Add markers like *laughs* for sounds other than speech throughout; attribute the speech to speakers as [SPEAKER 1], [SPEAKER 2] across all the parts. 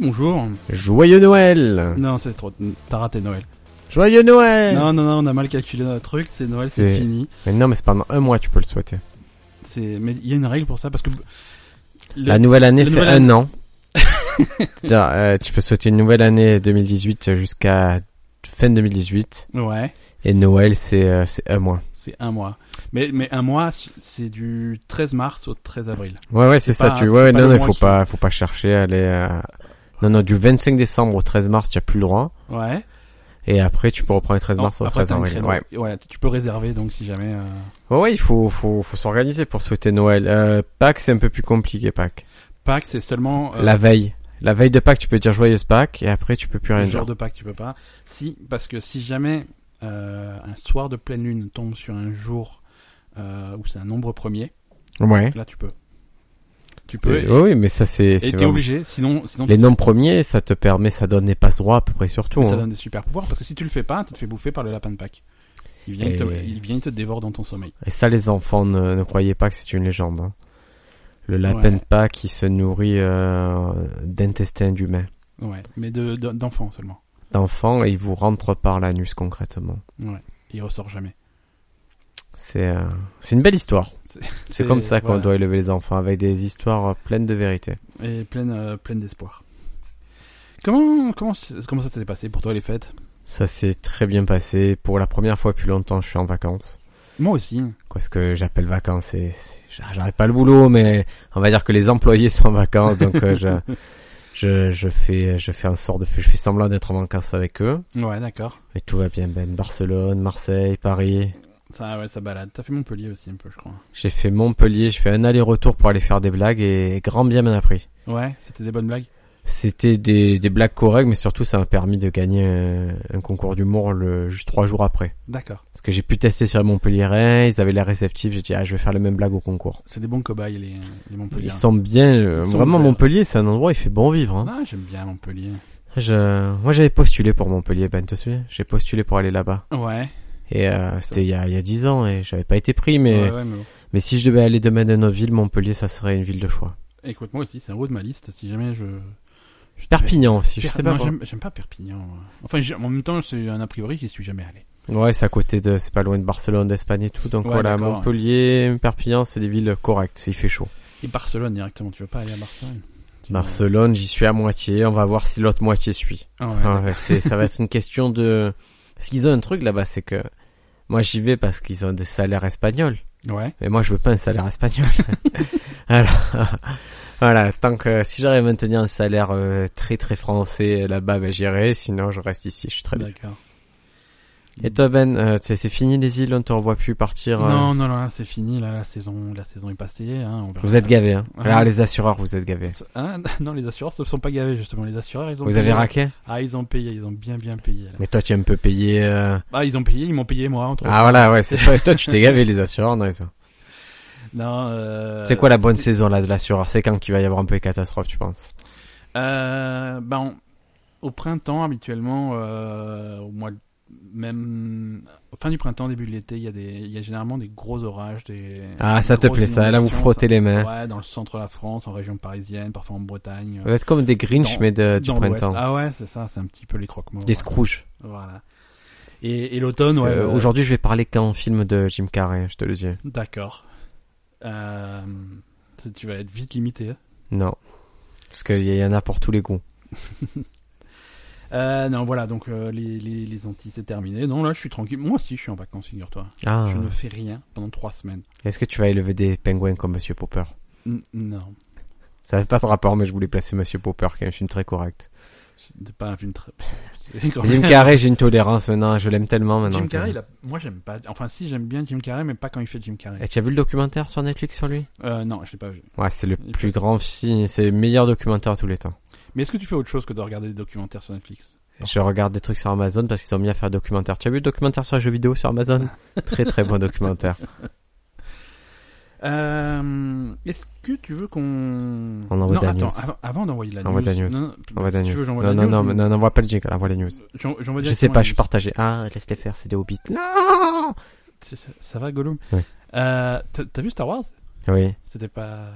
[SPEAKER 1] bonjour.
[SPEAKER 2] Joyeux Noël
[SPEAKER 1] Non, c'est trop. T'as raté Noël.
[SPEAKER 2] Joyeux Noël
[SPEAKER 1] Non, non, non, on a mal calculé notre truc. C'est Noël, c'est
[SPEAKER 2] C'est-
[SPEAKER 1] fini.
[SPEAKER 2] Mais non, mais c'est pendant un mois tu peux le souhaiter.
[SPEAKER 1] C'est. Mais il y a une règle pour ça parce que. le-
[SPEAKER 2] La nouvelle année,
[SPEAKER 1] la
[SPEAKER 2] c'est
[SPEAKER 1] nouvelle
[SPEAKER 2] un an.
[SPEAKER 1] *laughs*
[SPEAKER 2] Tiens, euh, tu peux souhaiter une nouvelle année 2018 jusqu'à fin 2018.
[SPEAKER 1] Ouais.
[SPEAKER 2] Et Noël, c'est euh, c'est un mois.
[SPEAKER 1] C'est un mois. Mais, mais un mois, c'est du 13 mars au 13 avril.
[SPEAKER 2] Ouais, ouais, c'est
[SPEAKER 1] C'est
[SPEAKER 2] ça.
[SPEAKER 1] pas-
[SPEAKER 2] Tu...
[SPEAKER 1] c'est
[SPEAKER 2] Ouais, ouais,
[SPEAKER 1] pas
[SPEAKER 2] non,
[SPEAKER 1] le
[SPEAKER 2] non, il
[SPEAKER 1] mois
[SPEAKER 2] faut
[SPEAKER 1] qui-
[SPEAKER 2] pas, faut pas chercher à aller. euh, Non, non, du 25 décembre au 13 mars, tu as plus le droit.
[SPEAKER 1] Ouais.
[SPEAKER 2] Et après, tu peux reprendre le 13
[SPEAKER 1] Non,
[SPEAKER 2] mars au
[SPEAKER 1] après,
[SPEAKER 2] 13
[SPEAKER 1] t'as un
[SPEAKER 2] avril.
[SPEAKER 1] créneau.
[SPEAKER 2] Ouais.
[SPEAKER 1] Et Voilà, tu peux réserver donc si jamais. euh,
[SPEAKER 2] ouais, ouais, il faut, faut, faut s'organiser pour souhaiter Noël. Euh, Pâques, c'est un peu plus compliqué, Pâques.
[SPEAKER 1] Pâques, c'est seulement. euh,
[SPEAKER 2] La veille. La veille de Pâques, tu peux dire joyeuse Pâques et après, tu peux plus rien
[SPEAKER 1] Le
[SPEAKER 2] dire.
[SPEAKER 1] jour de Pâques, tu peux pas. Si, parce que si jamais euh, un soir de pleine lune tombe sur un jour euh, où c'est un nombre premier,
[SPEAKER 2] Ouais.
[SPEAKER 1] là tu peux. Tu
[SPEAKER 2] C'est-
[SPEAKER 1] peux. et-
[SPEAKER 2] Oui, oui, mais ça, c'est. c'est
[SPEAKER 1] Et t'es
[SPEAKER 2] vraiment-
[SPEAKER 1] obligé, sinon, sinon
[SPEAKER 2] Les
[SPEAKER 1] tu-
[SPEAKER 2] noms premiers, ça te permet, ça donne des passe-droits à peu près sur tout.
[SPEAKER 1] ça
[SPEAKER 2] hein.
[SPEAKER 1] donne des super pouvoirs. Parce que si tu le fais pas, tu te fais bouffer par le lapin de Pâques. Il vient,
[SPEAKER 2] Et-
[SPEAKER 1] il, te, il vient, il te dévore dans ton sommeil.
[SPEAKER 2] Et ça, les enfants, ne, ne croyez pas que c'est une légende. hein. Le lapin
[SPEAKER 1] Ouais.
[SPEAKER 2] de Pâques, qui se nourrit euh, d'intestins d'humains,
[SPEAKER 1] Ouais, mais de- de- d'enfants seulement.
[SPEAKER 2] d'enfants, et il vous rentre par l'anus concrètement.
[SPEAKER 1] Ouais, il ressort jamais.
[SPEAKER 2] C'est euh, c'est une belle histoire. C'est comme ça qu'on
[SPEAKER 1] voilà.
[SPEAKER 2] doit élever les enfants, avec des histoires euh, pleines de vérité.
[SPEAKER 1] Et pleine, euh, pleine d'espoir. Comment, comment, comment ça s'est passé pour toi les fêtes
[SPEAKER 2] Ça s'est très bien passé. Pour la première fois depuis longtemps, je suis en vacances.
[SPEAKER 1] Moi aussi.
[SPEAKER 2] Quoi, ce que j'appelle vacances, c'est, c'est- j'ar- j'arrête pas le boulot, mais on va dire que les employés sont en vacances, donc euh, je, je, je fais, je fais un sort de, je fais semblant d'être en vacances avec eux.
[SPEAKER 1] Ouais, d'accord.
[SPEAKER 2] Et tout va bien, Ben. Barcelone, Marseille, Paris.
[SPEAKER 1] Ça, ouais, ça balade. Ça fait Montpellier aussi un peu, je crois.
[SPEAKER 2] J'ai fait Montpellier, j'ai fait un aller-retour pour aller faire des blagues et grand bien m'en a pris.
[SPEAKER 1] Ouais, c'était des bonnes blagues.
[SPEAKER 2] C'était des, des blagues correctes, mais surtout ça m'a permis de gagner un, un concours d'humour le, juste trois jours après.
[SPEAKER 1] D'accord.
[SPEAKER 2] Parce que j'ai pu tester sur les Montpellierins, ils avaient l'air réceptifs, j'ai dit, ah, je vais faire les mêmes blagues au concours.
[SPEAKER 1] C'est des bons cobayes, les, les Montpellier. hein.
[SPEAKER 2] Ils sont bien, euh,
[SPEAKER 1] Ils sont
[SPEAKER 2] vraiment
[SPEAKER 1] ouverts.
[SPEAKER 2] Montpellier, c'est un endroit, où il fait bon vivre. hein.
[SPEAKER 1] Ah, j'aime bien Montpellier.
[SPEAKER 2] Je, moi j'avais postulé pour Montpellier, Ben, te souviens J'ai postulé pour aller là-bas.
[SPEAKER 1] Ouais.
[SPEAKER 2] Et euh, c'était il y a, il y a 10 ans et j'avais pas été pris, mais,
[SPEAKER 1] Ouais, ouais, mais bon.
[SPEAKER 2] mais si je devais aller demain dans nos villes, Montpellier, ça serait une ville de choix.
[SPEAKER 1] Écoute, moi aussi, c'est un haut de ma liste si jamais je. je
[SPEAKER 2] Perpignan aussi,
[SPEAKER 1] devais-
[SPEAKER 2] je sais
[SPEAKER 1] Non,
[SPEAKER 2] pas.
[SPEAKER 1] j'aime- J'aime pas Perpignan. moi. Enfin, j'ai- en même temps, c'est un a priori, j'y suis jamais allé.
[SPEAKER 2] pourquoi. Ouais, c'est à côté de, c'est pas loin de Barcelone, d'Espagne et tout, donc
[SPEAKER 1] Ouais,
[SPEAKER 2] voilà,
[SPEAKER 1] d'accord, ouais.
[SPEAKER 2] Montpellier, Perpignan, c'est des villes correctes, il fait chaud.
[SPEAKER 1] Et Barcelone directement, tu veux pas aller à Barcelone Tu veux-
[SPEAKER 2] Barcelone, j'y suis à moitié, on va voir si l'autre moitié suit.
[SPEAKER 1] Ah ouais.
[SPEAKER 2] Ah ouais, c'est, ça va être une question de... Parce qu'ils ont un truc là-bas, c'est que... Moi j'y vais parce qu'ils ont des salaires espagnols.
[SPEAKER 1] Ouais.
[SPEAKER 2] Mais moi, je veux pas un salaire espagnol. *laughs* Alors, voilà, tant que si j'arrive à maintenir un salaire euh, très très français là-bas, ben, j'irai. Sinon, je reste ici. Je suis très bien.
[SPEAKER 1] D'accord.
[SPEAKER 2] Et toi, Ben, euh, c'est c'est fini les îles. On te revoit plus partir. euh,
[SPEAKER 1] Non, non, non, là, c'est fini. Là, la saison, la saison est passée. Hein, on verra.
[SPEAKER 2] Vous êtes gavés. Hein.
[SPEAKER 1] Ouais.
[SPEAKER 2] Alors, les assureurs, vous êtes gavés.
[SPEAKER 1] Ah, *laughs* non, les assurances ne sont pas gavés justement. Les assureurs, ils ont.
[SPEAKER 2] Vous
[SPEAKER 1] payé.
[SPEAKER 2] avez raqué.
[SPEAKER 1] Ah, ils ont payé. Ils ont bien, bien payé. là.
[SPEAKER 2] Mais toi, tu as un peu payé. euh,
[SPEAKER 1] Ah, ils ont payé. Ils m'ont payé moi entre.
[SPEAKER 2] Ah voilà, ouais. C'est toi, toi, tu t'es gavé les assureurs. Non, ils ont-
[SPEAKER 1] Non. Euh,
[SPEAKER 2] c'est quoi la bonne
[SPEAKER 1] c'était-
[SPEAKER 2] saison là de l'assureur C'est quand qu'il va y avoir un peu de catastrophe, tu penses
[SPEAKER 1] Euh, ben, on- au printemps, habituellement, euh, au mois de- même au fin du printemps, début de l'été, il y a des, il y a généralement des gros orages, des.
[SPEAKER 2] Ah,
[SPEAKER 1] des
[SPEAKER 2] ça te
[SPEAKER 1] grosses
[SPEAKER 2] plaît ça Là, vous
[SPEAKER 1] inondations,
[SPEAKER 2] frottez hein. les mains.
[SPEAKER 1] ça. Ouais, dans le centre de la France, en région parisienne, parfois en Bretagne.
[SPEAKER 2] Vous êtes comme des Grinch,
[SPEAKER 1] Dans-
[SPEAKER 2] mais de, du
[SPEAKER 1] dans l'Ouest.
[SPEAKER 2] printemps.
[SPEAKER 1] Ah ouais, c'est ça, c'est un petit peu les croque-morts.
[SPEAKER 2] Des Scrooge.
[SPEAKER 1] Voilà. Et, et l'automne,
[SPEAKER 2] Parce
[SPEAKER 1] ouais.
[SPEAKER 2] que, euh,
[SPEAKER 1] euh,
[SPEAKER 2] Aujourd'hui, je vais parler qu'un film de Jim Carrey, je te le dis.
[SPEAKER 1] D'accord. Euh, tu- tu vas être vite limité. hein.
[SPEAKER 2] Non. Parce qu'il y y en a pour tous les goûts.
[SPEAKER 1] Euh, non, voilà, donc euh, les, les, les Antilles, c'est terminé. Non, là, je suis tranquille. Moi aussi, je suis en vacances, figure-toi.
[SPEAKER 2] Ah.
[SPEAKER 1] Je ne fais rien pendant trois semaines.
[SPEAKER 2] Est-ce que tu vas élever des pingouins comme Monsieur Popper
[SPEAKER 1] N- non,
[SPEAKER 2] Ça n'a pas de rapport, mais je voulais placer Monsieur Popper, qui est un film très correct.
[SPEAKER 1] c'est pas un film très. *laughs* Quand
[SPEAKER 2] Jim
[SPEAKER 1] même.
[SPEAKER 2] Carrey, euh. j'ai une tolérance maintenant, je l'aime tellement maintenant.
[SPEAKER 1] Jim
[SPEAKER 2] que-
[SPEAKER 1] Carrey, il a- moi j'aime pas. Enfin, si j'aime bien Jim Carrey, mais pas quand il fait Jim Carrey.
[SPEAKER 2] Et tu as vu le documentaire sur Netflix sur lui
[SPEAKER 1] Euh, non, je l'ai pas vu.
[SPEAKER 2] Ouais, c'est le
[SPEAKER 1] Il
[SPEAKER 2] plus grand film, c'est le meilleur documentaire de tous les temps.
[SPEAKER 1] Mais est-ce que tu fais autre chose que de regarder des documentaires sur Netflix
[SPEAKER 2] Je regarde des trucs sur Amazon parce qu'ils sont mis à faire des documentaires. Tu as vu le documentaire sur les jeux vidéo sur
[SPEAKER 1] *laughs*
[SPEAKER 2] Amazon Très très bon documentaire.
[SPEAKER 1] euh, Est-ce que tu veux qu'on.
[SPEAKER 2] On envoie
[SPEAKER 1] non,
[SPEAKER 2] la
[SPEAKER 1] attends,
[SPEAKER 2] news.
[SPEAKER 1] avant, avant d'envoyer la
[SPEAKER 2] Envoie
[SPEAKER 1] news.
[SPEAKER 2] la news.
[SPEAKER 1] Non, non,
[SPEAKER 2] On va
[SPEAKER 1] si tu
[SPEAKER 2] Daniel.
[SPEAKER 1] veux, j'envoie
[SPEAKER 2] Non,
[SPEAKER 1] la
[SPEAKER 2] non,
[SPEAKER 1] news,
[SPEAKER 2] non,
[SPEAKER 1] mais-
[SPEAKER 2] non, non, on voit pas le jingle, on voit les news.
[SPEAKER 1] J'en- j'envoie
[SPEAKER 2] Je sais
[SPEAKER 1] directement
[SPEAKER 2] pas,
[SPEAKER 1] la
[SPEAKER 2] je suis
[SPEAKER 1] news.
[SPEAKER 2] partagé. Ah, laisse-les faire, c'est des hobbits. Non
[SPEAKER 1] Ça, ça va, Gollum
[SPEAKER 2] Ouais.
[SPEAKER 1] Euh, T'as t'as vu Star Wars
[SPEAKER 2] Oui,
[SPEAKER 1] C'était pas.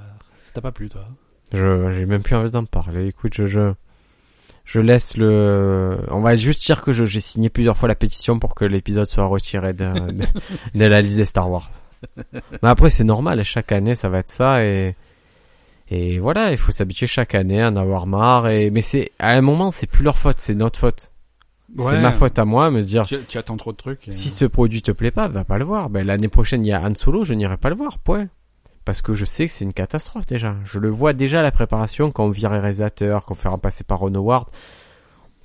[SPEAKER 1] Ça t'a pas plu, toi
[SPEAKER 2] je j'ai même plus envie d'en parler. Écoute, je, je je laisse le. On va juste dire que je- j'ai signé plusieurs fois la pétition pour que l'épisode soit retiré de, de, de la liste des Star Wars. Mais après, c'est normal. Chaque année, ça va être ça et et voilà, il faut s'habituer chaque année à en avoir marre. Et mais c'est à un moment, c'est plus leur faute, c'est notre faute. C'est
[SPEAKER 1] Ouais.
[SPEAKER 2] ma faute à moi, me dire
[SPEAKER 1] Tu, tu attends trop de trucs. et-
[SPEAKER 2] si ce produit te plaît pas, va pas le voir. Ben, l'année prochaine, il y a Han Solo, je n'irai pas le voir, point. Parce que je sais que c'est une catastrophe déjà. Je le vois déjà à la préparation quand on vire les réalisateurs, qu'on fera passer par Ron Howard.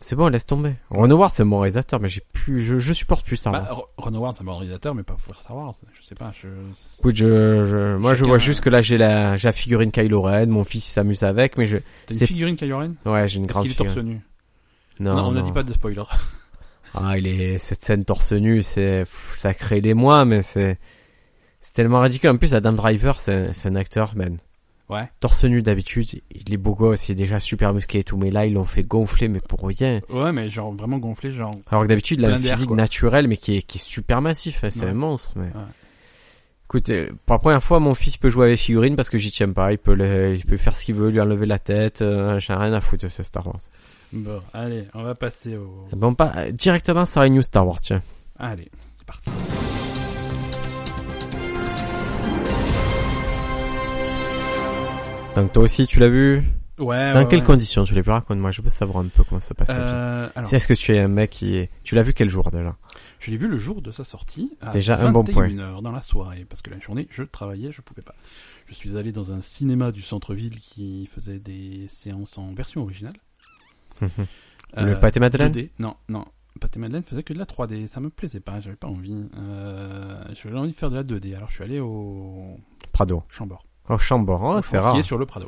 [SPEAKER 2] C'est bon, laisse tomber. Ron Howard, c'est mon réalisateur, mais j'ai plus, je, je supporte plus ça.
[SPEAKER 1] Bah,
[SPEAKER 2] moi.
[SPEAKER 1] Ro- Ron Howard, c'est un bon réalisateur, mais pas pour Star Wars. Je sais pas. Je...
[SPEAKER 2] Écoute, je, je- moi, je
[SPEAKER 1] Chacun-
[SPEAKER 2] vois juste que là, j'ai la, j'ai la figurine Kylo Ren, mon fils il s'amuse avec, mais je,
[SPEAKER 1] T'as une
[SPEAKER 2] c'est-
[SPEAKER 1] figurine Kylo Ren
[SPEAKER 2] ouais, j'ai une
[SPEAKER 1] Parce
[SPEAKER 2] grande
[SPEAKER 1] qu'il est
[SPEAKER 2] figurine.
[SPEAKER 1] torse nu.
[SPEAKER 2] Non,
[SPEAKER 1] on ne
[SPEAKER 2] non.
[SPEAKER 1] dit pas de spoiler. *laughs*
[SPEAKER 2] Ah, il est cette scène torse nu, c'est pff, ça crée des mois, mais c'est c'est tellement ridicule. En plus, Adam Driver, c'est c'est un acteur, man.
[SPEAKER 1] Ouais.
[SPEAKER 2] Torse nu d'habitude, il est beau gosse, il est déjà super musclé et tout, mais là ils l'ont fait gonfler, mais pour rien.
[SPEAKER 1] Ouais, mais genre vraiment gonflé, genre.
[SPEAKER 2] Alors que d'habitude, il a
[SPEAKER 1] Plein
[SPEAKER 2] un
[SPEAKER 1] d'air,
[SPEAKER 2] physique
[SPEAKER 1] quoi.
[SPEAKER 2] naturel, mais qui est qui est super massif. hein, c'est
[SPEAKER 1] Ouais.
[SPEAKER 2] un monstre, mais.
[SPEAKER 1] Ouais.
[SPEAKER 2] Écoute, euh, pour la première fois, mon fils peut jouer avec figurines parce que j'y tiens pas. Il peut, le- il peut faire ce qu'il veut, lui enlever la tête. euh, J'ai rien à foutre de ce Star Wars.
[SPEAKER 1] Bon, allez, on va passer au.
[SPEAKER 2] Bon, pas euh, directement sur les news Star Wars, tiens.
[SPEAKER 1] Allez, c'est parti.
[SPEAKER 2] Donc toi aussi, tu l'as vu
[SPEAKER 1] Ouais.
[SPEAKER 2] Dans
[SPEAKER 1] ouais,
[SPEAKER 2] quelles
[SPEAKER 1] ouais.
[SPEAKER 2] conditions tu les plus raconte Moi, je veux savoir un peu comment ça passe. ta vie.
[SPEAKER 1] Euh, alors,
[SPEAKER 2] Si Est-ce que tu es un mec qui est... Tu l'as vu quel jour déjà
[SPEAKER 1] je l'ai vu le jour de sa sortie. À
[SPEAKER 2] Déjà un bon point.
[SPEAKER 1] 21h dans la soirée, parce que la journée, je travaillais, je pouvais pas. Je suis allé dans un cinéma du centre-ville qui faisait des séances en version originale.
[SPEAKER 2] Le
[SPEAKER 1] Euh,
[SPEAKER 2] pâté madeleine
[SPEAKER 1] 2D. Non, non. Pâté Madeleine faisait que de la 3D. Ça me plaisait pas, j'avais pas envie. Euh, j'avais envie de faire de la 2D. Alors je suis allé au
[SPEAKER 2] Prado.
[SPEAKER 1] Chambord.
[SPEAKER 2] Oh, Chambord, oh,
[SPEAKER 1] Au
[SPEAKER 2] c'est
[SPEAKER 1] Chambord,
[SPEAKER 2] rare.
[SPEAKER 1] Qui est sur le Prado.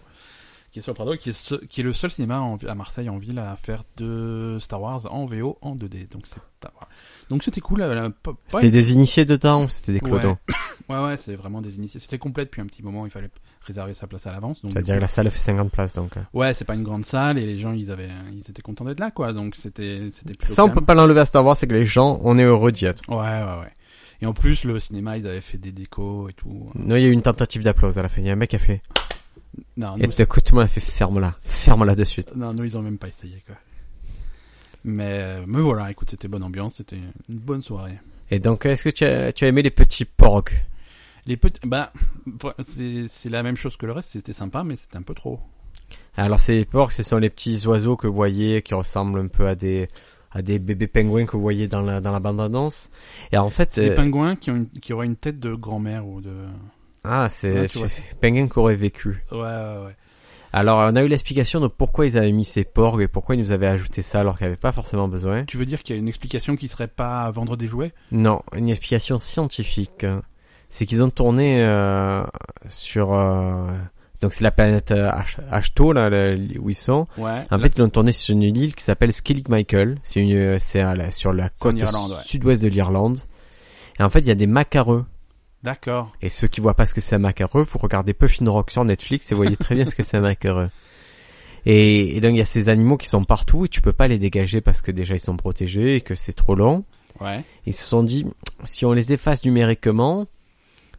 [SPEAKER 1] Qui est sur le Prado, qui est, ce- qui est le seul cinéma en- à Marseille en ville à faire de Star Wars en VO en 2D. Donc c'est pas- voilà. Donc c'était cool. la- la- pas- pas
[SPEAKER 2] C'était des initiés dedans ou c'était des clodos
[SPEAKER 1] Ouais. Ouais, ouais, c'est vraiment des initiés. C'était complet depuis un petit moment, il fallait réserver sa place à l'avance. donc
[SPEAKER 2] C'est-à-dire que la salle fait 50 places donc. hein.
[SPEAKER 1] Ouais, c'est pas une grande salle et les gens, ils avaient, ils étaient contents d'être là, quoi. Donc c'était, c'était plutôt
[SPEAKER 2] Ça, on
[SPEAKER 1] calme.
[SPEAKER 2] peut pas l'enlever à Star Wars, c'est que les gens, on est heureux d'y être.
[SPEAKER 1] Ouais, ouais, ouais. Et en plus, le cinéma, ils avaient fait des décos et tout.
[SPEAKER 2] Nous, il y a eu une tentative d'applause à la fin. Il y a un mec qui a fait.
[SPEAKER 1] Ah, Non,
[SPEAKER 2] Et
[SPEAKER 1] nous,
[SPEAKER 2] écoute, moi, il a fait ferme-la. Ferme-la de suite.
[SPEAKER 1] non, nous, ils ont même pas essayé, quoi. Mais, euh, mais voilà, écoute, c'était bonne ambiance, c'était une bonne soirée.
[SPEAKER 2] Et donc, est-ce que tu as, tu as aimé les petits porcs
[SPEAKER 1] Les petits, bah, voilà, c'est, c'est la même chose que le reste, c'était sympa, mais c'était un peu trop.
[SPEAKER 2] Alors ces porcs, ce sont les petits oiseaux que vous voyez, qui ressemblent un peu à des à des bébés pingouins que vous voyez dans la dans la bande annonce. Et en fait,
[SPEAKER 1] C'est
[SPEAKER 2] euh,
[SPEAKER 1] des pingouins qui ont une- qui auraient une tête de grand-mère ou de,
[SPEAKER 2] ah c'est
[SPEAKER 1] Ouais, tu vois.
[SPEAKER 2] c'est pingouins qui auraient vécu.
[SPEAKER 1] ouais, ouais, ouais.
[SPEAKER 2] Alors on a eu l'explication de pourquoi ils avaient mis ces porcs et pourquoi ils nous avaient ajouté ça alors qu'il n'y avait pas forcément besoin.
[SPEAKER 1] Tu veux dire qu'il y a une explication qui serait pas à vendre des jouets
[SPEAKER 2] Non, une explication scientifique, hein, c'est qu'ils ont tourné euh, sur euh, donc c'est la planète euh, Ash- Ashto là le- où ils sont.
[SPEAKER 1] Ouais.
[SPEAKER 2] En fait, ils l'ont tourné sur une île qui s'appelle Skellig Michael. C'est une, euh, c'est à la- sur la
[SPEAKER 1] C'est en
[SPEAKER 2] côte
[SPEAKER 1] Irlande, ouais.
[SPEAKER 2] sud-ouest de l'Irlande. Et en fait, il y a des macareux.
[SPEAKER 1] D'accord.
[SPEAKER 2] Et ceux qui voient pas ce que c'est un macareux, vous regardez Puffin Rock sur Netflix et vous voyez très bien ce que c'est un macareux. Et, et donc, il y a ces animaux qui sont partout et tu peux pas les dégager parce que déjà ils sont protégés et que c'est trop long.
[SPEAKER 1] Ouais.
[SPEAKER 2] Ils se sont dit, si on les efface numériquement,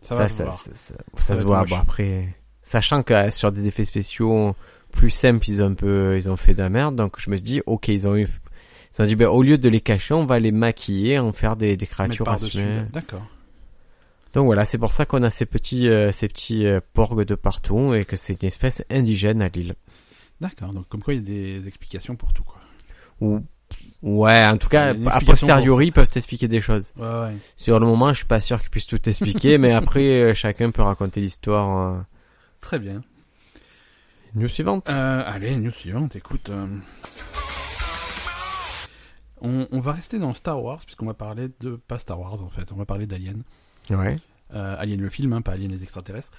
[SPEAKER 1] Ça va se
[SPEAKER 2] ça,
[SPEAKER 1] voir.
[SPEAKER 2] ça- ça-
[SPEAKER 1] Ça
[SPEAKER 2] ça
[SPEAKER 1] va
[SPEAKER 2] se
[SPEAKER 1] être
[SPEAKER 2] voit.
[SPEAKER 1] moche.
[SPEAKER 2] Bon, après, sachant que euh, sur des effets spéciaux plus simples, ils ont un peu, ils ont fait de la merde. Donc je me suis dit, ok, ils ont eu, ils ont dit, ben, au lieu de les cacher, on va les maquiller, en faire des, des
[SPEAKER 1] Mettre
[SPEAKER 2] créatures
[SPEAKER 1] par-dessus.
[SPEAKER 2] assumées.
[SPEAKER 1] D'accord.
[SPEAKER 2] Donc voilà, c'est pour ça qu'on a ces petits, euh, ces petits euh, porcs de partout et que c'est une espèce indigène à l'île.
[SPEAKER 1] D'accord. Donc, comme quoi, il y a des explications pour tout, quoi.
[SPEAKER 2] Ou, ouais, en tout
[SPEAKER 1] Il y
[SPEAKER 2] cas,
[SPEAKER 1] a une explication
[SPEAKER 2] a
[SPEAKER 1] pour
[SPEAKER 2] posteriori, ils peuvent t'expliquer des choses.
[SPEAKER 1] Ouais, ouais.
[SPEAKER 2] Sur le moment, je suis pas sûr qu'ils puissent
[SPEAKER 1] *laughs*
[SPEAKER 2] tout t'expliquer, mais après, euh, chacun peut raconter l'histoire. euh.
[SPEAKER 1] Très bien.
[SPEAKER 2] News suivante.
[SPEAKER 1] Euh, allez, news suivante, écoute. euh, On, on va rester dans Star Wars, puisqu'on va parler de... Pas Star Wars, en fait. On va parler d'Alien.
[SPEAKER 2] Ouais.
[SPEAKER 1] Euh, Alien le film, hein, pas Alien les extraterrestres.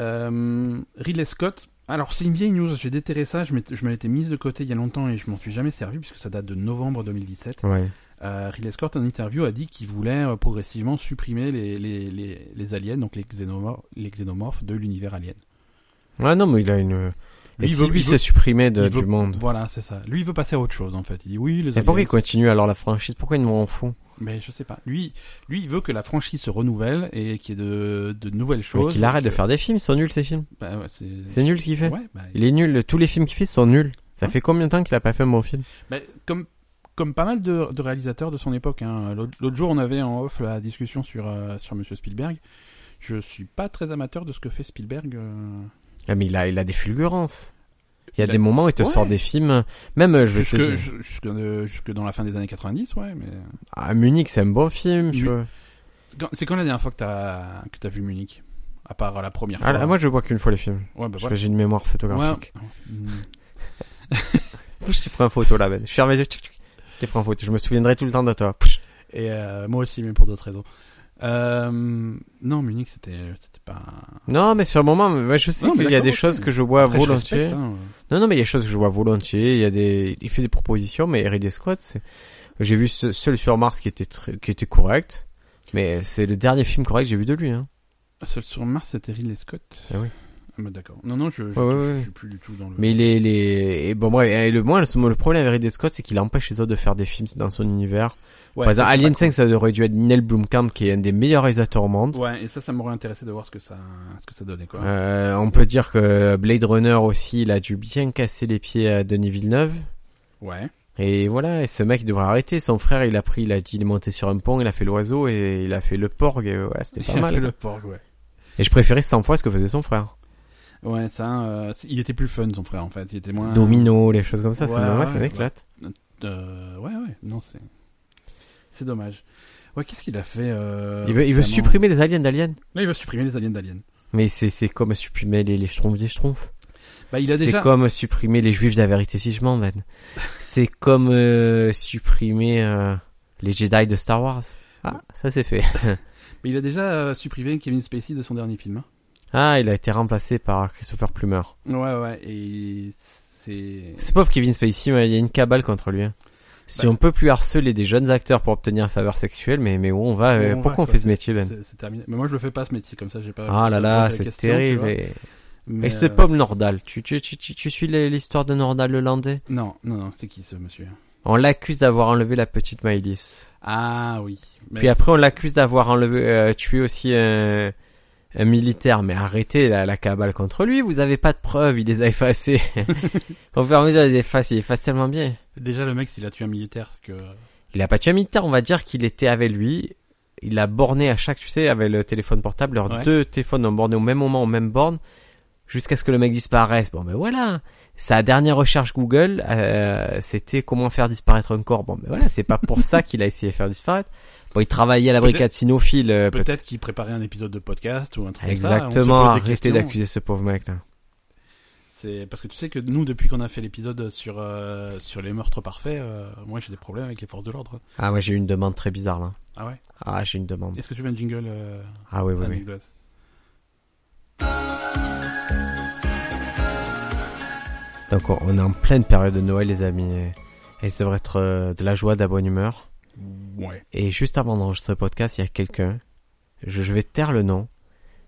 [SPEAKER 1] Euh, Ridley Scott. Alors, c'est une vieille news. J'ai déterré ça. Je, m'étais- je me l'étais mise de côté il y a longtemps et je m'en suis jamais servi, puisque ça date de novembre 2017.
[SPEAKER 2] Ouais.
[SPEAKER 1] Euh, Ridley Scott, en interview, a dit qu'il voulait euh, progressivement supprimer les, les, les, les aliens, donc les, xénomor- les xénomorphes de l'univers alien.
[SPEAKER 2] Ouais, non, mais il a une.
[SPEAKER 1] Lui, il
[SPEAKER 2] Et si
[SPEAKER 1] veut-
[SPEAKER 2] lui
[SPEAKER 1] il
[SPEAKER 2] s'est
[SPEAKER 1] veut-
[SPEAKER 2] supprimé de,
[SPEAKER 1] Il veut-
[SPEAKER 2] du monde.
[SPEAKER 1] Voilà, c'est ça. Lui, il veut passer à autre chose, en fait. Il dit oui, les
[SPEAKER 2] Mais
[SPEAKER 1] aliens.
[SPEAKER 2] pourquoi il continue alors la franchise Pourquoi il nous en fout
[SPEAKER 1] Mais je sais pas. Lui, lui, il veut que la franchise se renouvelle et qu'il y ait de, de nouvelles
[SPEAKER 2] Mais
[SPEAKER 1] choses.
[SPEAKER 2] qu'il arrête de
[SPEAKER 1] Que-
[SPEAKER 2] faire des films, ils sont nuls ces films.
[SPEAKER 1] Bah ouais, Hein? c'est.
[SPEAKER 2] C'est nul ce qu'il fait.
[SPEAKER 1] Ouais, bah,
[SPEAKER 2] Il est nul, tous les films qu'il fait sont nuls. Ça fait combien de temps qu'il a pas fait un bon film
[SPEAKER 1] Mais bah, comme, comme pas mal de, de réalisateurs de son époque, hein. l'autre l'autre jour on avait en off la discussion sur, euh, sur Monsieur Spielberg. Je suis pas très amateur de ce que fait Spielberg. euh,
[SPEAKER 2] Ah, Mais il a, il a des fulgurances. Il y a
[SPEAKER 1] Il a-
[SPEAKER 2] des moments où il te
[SPEAKER 1] Ouais.
[SPEAKER 2] sort des films. Même, euh, je vais
[SPEAKER 1] jusque,
[SPEAKER 2] te dire,
[SPEAKER 1] ju- jusque, euh, jusque dans la fin des années 90, ouais. Mais...
[SPEAKER 2] à ah, Munich, c'est un bon film, tu
[SPEAKER 1] Mu-
[SPEAKER 2] vois.
[SPEAKER 1] C'est quand- C'est quand la dernière fois que t'as que t'as vu Munich À part la première fois.
[SPEAKER 2] Ah, là, moi, je vois qu'une fois les films.
[SPEAKER 1] ouais, bah,
[SPEAKER 2] Parce
[SPEAKER 1] voilà.
[SPEAKER 2] que j'ai une mémoire photographique.
[SPEAKER 1] Ouais. Mm.
[SPEAKER 2] Pouch, tu prends une photo là, ben. Je suis arrivé, je- tu prends une photo. Je me souviendrai tout le temps de toi. Pouch.
[SPEAKER 1] Et euh, moi aussi, mais pour d'autres raisons. Euh, non, Munich, c'était c'était pas.
[SPEAKER 2] Non, mais sur le moment, moi, je sais
[SPEAKER 1] Non, mais
[SPEAKER 2] qu'il y a des
[SPEAKER 1] d'accord,
[SPEAKER 2] choses
[SPEAKER 1] ok.
[SPEAKER 2] que je vois
[SPEAKER 1] Après, je
[SPEAKER 2] volontiers.
[SPEAKER 1] respecte, hein.
[SPEAKER 2] Non, non, mais il y a des choses que je vois volontiers. Il y a des, il fait des propositions, mais Ridley Scott, c'est, j'ai vu ce- Seul sur Mars qui était très- qui était correct. Mais c'est le dernier film correct que j'ai vu de lui, hein.
[SPEAKER 1] Seul sur Mars, c'était Ridley Scott.
[SPEAKER 2] Ah oui.
[SPEAKER 1] Ah bah, D'accord. Non, non, je, je,
[SPEAKER 2] Ouais,
[SPEAKER 1] je-
[SPEAKER 2] ouais,
[SPEAKER 1] je
[SPEAKER 2] ouais.
[SPEAKER 1] suis plus du tout dans le.
[SPEAKER 2] Mais il est, il est- et bon, bref, et le, moi, le, le problème avec Ridley Scott, c'est qu'il empêche les autres de faire des films dans son univers.
[SPEAKER 1] Ouais,
[SPEAKER 2] Par
[SPEAKER 1] ça,
[SPEAKER 2] exemple,
[SPEAKER 1] c'est
[SPEAKER 2] Alien
[SPEAKER 1] pas
[SPEAKER 2] 5, ça aurait dû être Neil Blomkamp, qui est un des meilleurs réalisateurs au monde.
[SPEAKER 1] cool. Ouais, bah. et ça, ça m'aurait intéressé de voir ce que ça, ce que ça donnait, quoi.
[SPEAKER 2] Euh, on peut dire que Blade Runner aussi, il a dû bien casser les pieds à Denis Villeneuve.
[SPEAKER 1] Ouais.
[SPEAKER 2] Et voilà, et ce mec il devrait arrêter. Son frère, il a pris, il a dit, il est monté sur un pont, il a fait l'oiseau et il a fait le porg. Et ouais,
[SPEAKER 1] *laughs*
[SPEAKER 2] c'était pas
[SPEAKER 1] Il a
[SPEAKER 2] mal.
[SPEAKER 1] fait le porg, ouais.
[SPEAKER 2] Et je préférais 100 fois ce que faisait son frère.
[SPEAKER 1] Ouais, ça, euh, c'est- il était plus fun, son frère, en fait. Il était moins.
[SPEAKER 2] Domino, les choses comme ça, c'est
[SPEAKER 1] Ouais,
[SPEAKER 2] normal,
[SPEAKER 1] ouais,
[SPEAKER 2] ça m'éclate.
[SPEAKER 1] Euh, ouais, ouais. Non, c'est. C'est dommage. Ouais, qu'est-ce qu'il a fait euh,
[SPEAKER 2] il veut, il veut
[SPEAKER 1] récemment
[SPEAKER 2] supprimer les aliens d'Alien.
[SPEAKER 1] Là, il veut supprimer les aliens d'Alien.
[SPEAKER 2] Mais c'est, c'est comme supprimer les, les schtroumpfs des schtroumpfs.
[SPEAKER 1] Bah, il a
[SPEAKER 2] C'est
[SPEAKER 1] déjà.
[SPEAKER 2] comme supprimer les juifs de la vérité si je
[SPEAKER 1] *laughs*
[SPEAKER 2] m'en mène. c'est comme euh, supprimer euh, les Jedi de Star Wars. Ah, ça c'est fait.
[SPEAKER 1] Mais il a déjà euh, supprimé Kevin Spacey de son dernier film. hein.
[SPEAKER 2] Ah, il a été remplacé par Christopher Plummer.
[SPEAKER 1] Ouais, ouais, et c'est.
[SPEAKER 2] C'est pauvre Kevin Spacey, ouais, il y a une cabale contre lui. hein. Si
[SPEAKER 1] Bah.
[SPEAKER 2] on peut plus harceler des jeunes acteurs pour obtenir une faveur sexuelle, mais, mais où on va euh,
[SPEAKER 1] Où on va,
[SPEAKER 2] Pourquoi on
[SPEAKER 1] quoi,
[SPEAKER 2] fait ce métier, Ben
[SPEAKER 1] C'est c'est terminé. Mais moi, je le fais pas ce métier comme ça, j'ai pas.
[SPEAKER 2] Ah là
[SPEAKER 1] j'ai pas
[SPEAKER 2] là,
[SPEAKER 1] posé la
[SPEAKER 2] c'est
[SPEAKER 1] question,
[SPEAKER 2] terrible.
[SPEAKER 1] tu vois.
[SPEAKER 2] Et,
[SPEAKER 1] Mais
[SPEAKER 2] et ce
[SPEAKER 1] euh,
[SPEAKER 2] pauvre Nordal, tu, tu, tu, tu, tu suis les- l'histoire de Nordal le Landais
[SPEAKER 1] Non, non, non, c'est qui ce monsieur
[SPEAKER 2] On l'accuse d'avoir enlevé la petite Maëlys.
[SPEAKER 1] Ah oui. Mais
[SPEAKER 2] Puis après, on l'accuse d'avoir enlevé, euh, tué aussi un, un militaire. Mais arrêtez la, la cabale contre lui, vous avez pas de preuves, il les a effacées. *laughs* Au fur et à mesure, il les efface, il efface tellement bien.
[SPEAKER 1] déjà le mec, s'il a tué un militaire, c'est que.
[SPEAKER 2] Il a pas tué un militaire, on va dire qu'il était avec lui. Il a borné à chaque, tu sais, avec le téléphone portable, leurs
[SPEAKER 1] Ouais.
[SPEAKER 2] deux téléphones ont borné au même moment, aux mêmes bornes, jusqu'à ce que le mec disparaisse. Bon, mais voilà. Sa dernière recherche Google, euh, c'était comment faire disparaître un corps. Bon, mais voilà, c'est
[SPEAKER 1] *laughs*
[SPEAKER 2] pas pour ça qu'il a essayé de faire disparaître. Bon, il travaillait à la
[SPEAKER 1] Peut-être-
[SPEAKER 2] brigade cynophile. euh, peut-être.
[SPEAKER 1] Peut-être qu'il préparait un épisode de podcast ou un truc comme ça.
[SPEAKER 2] Exactement,
[SPEAKER 1] on se pose des
[SPEAKER 2] arrêtez
[SPEAKER 1] questions.
[SPEAKER 2] d'accuser ce pauvre mec là.
[SPEAKER 1] C'est parce que tu sais que nous, depuis qu'on a fait l'épisode sur euh, sur les meurtres parfaits, euh, moi j'ai des problèmes avec les forces de l'ordre.
[SPEAKER 2] Ah, moi j'ai eu une demande très bizarre là.
[SPEAKER 1] Ah ouais.
[SPEAKER 2] Ah, j'ai une demande.
[SPEAKER 1] Est-ce que tu veux un jingle euh,
[SPEAKER 2] Ah oui, oui, oui.
[SPEAKER 1] anecdote
[SPEAKER 2] Donc on- on est en pleine période de Noël les amis. et- Et ça devrait être euh, de la joie, de la bonne humeur.
[SPEAKER 1] Ouais.
[SPEAKER 2] Et juste avant d'enregistrer le podcast, il y a quelqu'un, je, je vais taire le nom,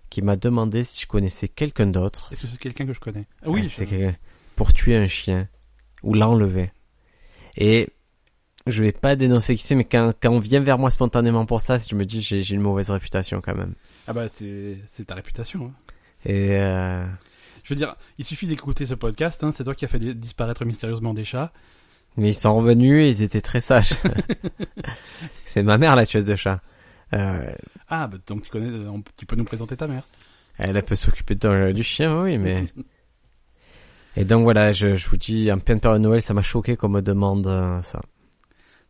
[SPEAKER 2] qui m'a demandé si je connaissais quelqu'un d'autre.
[SPEAKER 1] Est-ce que c'est quelqu'un que je connais Ah oui.
[SPEAKER 2] Ah, c'est
[SPEAKER 1] je-
[SPEAKER 2] quelqu'un- Pour tuer un chien ou l'enlever. Et je vais pas dénoncer qui c'est, mais quand, quand on vient vers moi spontanément pour ça, je me dis j'ai j'ai une mauvaise réputation quand même.
[SPEAKER 1] Ah bah c'est c'est ta réputation. hein.
[SPEAKER 2] Et euh,
[SPEAKER 1] Je veux dire, il suffit d'écouter ce podcast. Hein, c'est toi qui as fait des- disparaître mystérieusement des chats.
[SPEAKER 2] mais ils sont revenus, et ils étaient
[SPEAKER 1] *laughs*
[SPEAKER 2] très sages. c'est ma mère la tueuse de chat. Euh,
[SPEAKER 1] Ah bah donc tu connais, euh, on- tu peux nous présenter ta mère.
[SPEAKER 2] Elle elle peut s'occuper de- du chien, oui, *laughs* mais. Et donc voilà, je, je vous dis, en pleine période de Noël, ça m'a choqué qu'on me demande euh, ça.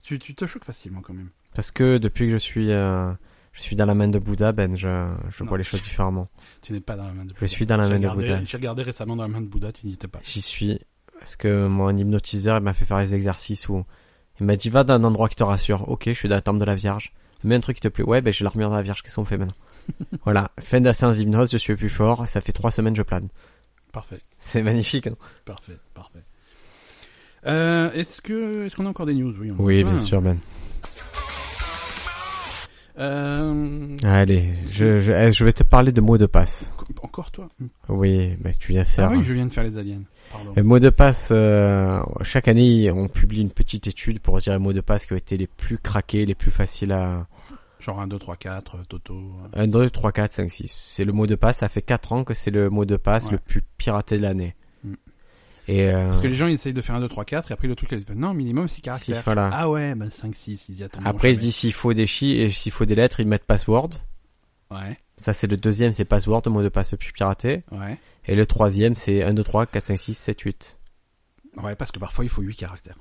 [SPEAKER 1] Tu tu te choques facilement quand même.
[SPEAKER 2] Parce que depuis que je suis, euh, je suis dans la main de Bouddha, ben, je, je
[SPEAKER 1] Non.
[SPEAKER 2] vois les choses différemment.
[SPEAKER 1] Tu n'es pas dans la main de. Bouddha.
[SPEAKER 2] Je suis dans la
[SPEAKER 1] J'ai
[SPEAKER 2] main de
[SPEAKER 1] regardé-
[SPEAKER 2] Bouddha.
[SPEAKER 1] J'ai regardé récemment dans la main de Bouddha. Tu n'y étais pas.
[SPEAKER 2] J'y suis. Parce que mon hypnotiseur, il m'a fait faire des exercices où il m'a dit, va dans un endroit qui te rassure. Ok, je suis dans la temple de la Vierge. Mets un truc qui te plaît. Ouais, ben, j'ai l'armure de la Vierge. Qu'est-ce qu'on fait maintenant? *laughs* voilà. Fin de la séance d'hypnose, je suis le plus fort. Ça fait trois semaines, je plane.
[SPEAKER 1] Parfait.
[SPEAKER 2] C'est magnifique. hein.
[SPEAKER 1] Parfait, parfait. Euh, est-ce que est-ce qu'on a encore des news Oui, on en a
[SPEAKER 2] oui,
[SPEAKER 1] plein.
[SPEAKER 2] bien sûr, ben.
[SPEAKER 1] Euh,
[SPEAKER 2] Allez, je, je, eh, je vais te parler de mots de passe.
[SPEAKER 1] co- encore toi
[SPEAKER 2] Oui, bah, tu viens faire.
[SPEAKER 1] Ah oui, je viens de faire les aliens. Pardon.
[SPEAKER 2] Les mots de passe, euh, chaque année, on publie une petite étude pour dire les mots de passe qui ont été les plus craqués, les plus faciles à...
[SPEAKER 1] Genre 1, 2, 3, 4, Toto.
[SPEAKER 2] 1, 2, 3, 4, 5, 6. C'est le mot de passe, ça fait 4 ans que c'est le mot de passe
[SPEAKER 1] Ouais.
[SPEAKER 2] le plus piraté de l'année.
[SPEAKER 1] Mm.
[SPEAKER 2] Et euh,
[SPEAKER 1] Parce que les gens ils essayent de faire un 2, 3, 4 et après le truc ils disent non minimum 6 caractères.
[SPEAKER 2] Six, voilà.
[SPEAKER 1] Ah ouais, ben 5, 6, ils y attendent.
[SPEAKER 2] après, ils se disent s'il faut des chi et s'il faut des lettres, ils mettent password.
[SPEAKER 1] Ouais,
[SPEAKER 2] Ça, c'est le deuxième, c'est password, mot de passe puis piraté.
[SPEAKER 1] ouais.
[SPEAKER 2] Et le troisième, c'est 1, 2, 3, 4, 5, 6, 7, 8.
[SPEAKER 1] Ouais, parce que parfois il faut 8 caractères.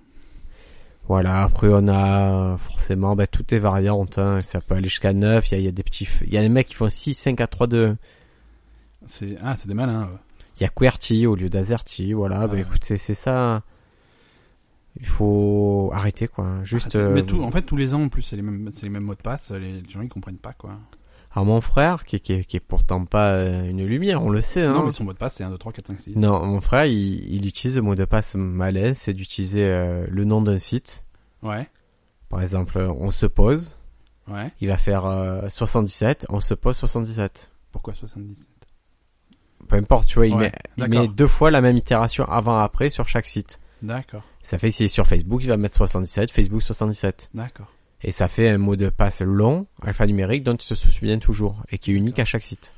[SPEAKER 2] Voilà, après on a euh, forcément bah, toutes les variantes, hein. ça peut aller jusqu'à 9, il y a, il y a des petits... f- Il y a des mecs qui font 6, 5, 4, 3, 2.
[SPEAKER 1] C'est ah, c'est des malins. eux.
[SPEAKER 2] Il y a QWERTY au lieu d'AZERTY, voilà,
[SPEAKER 1] Ah
[SPEAKER 2] bah
[SPEAKER 1] ouais.
[SPEAKER 2] écoute, c'est c'est ça. hein. Il faut arrêter quoi, juste...
[SPEAKER 1] Arrêtez. Mais
[SPEAKER 2] euh,
[SPEAKER 1] tout, hein. en fait, tous les ans en plus, c'est les mêmes, c'est les mêmes mots de passe. Les gens ils comprennent pas quoi.
[SPEAKER 2] Alors mon frère, qui, qui, qui est pourtant pas euh, une lumière, on le sait, hein.
[SPEAKER 1] Non, mais son mot de passe c'est 1, 2, 3, 4, 5, 6.
[SPEAKER 2] Non, mon frère, il, il utilise le mot de passe malaise, c'est d'utiliser euh, le nom d'un site.
[SPEAKER 1] Ouais,
[SPEAKER 2] Par exemple, euh, on se pose,
[SPEAKER 1] ouais.
[SPEAKER 2] il va faire euh, 77, on se pose 77.
[SPEAKER 1] Pourquoi 77
[SPEAKER 2] Peu importe, tu vois, il,
[SPEAKER 1] Ouais,
[SPEAKER 2] met, il
[SPEAKER 1] d'accord.
[SPEAKER 2] met deux fois la même itération avant-après sur chaque site.
[SPEAKER 1] D'accord,
[SPEAKER 2] Ça fait, si sur Facebook, il va mettre 77, Facebook 77.
[SPEAKER 1] d'accord.
[SPEAKER 2] Et ça fait un mot de passe long, alphanumérique, dont il se souvient toujours, et qui est unique à chaque site.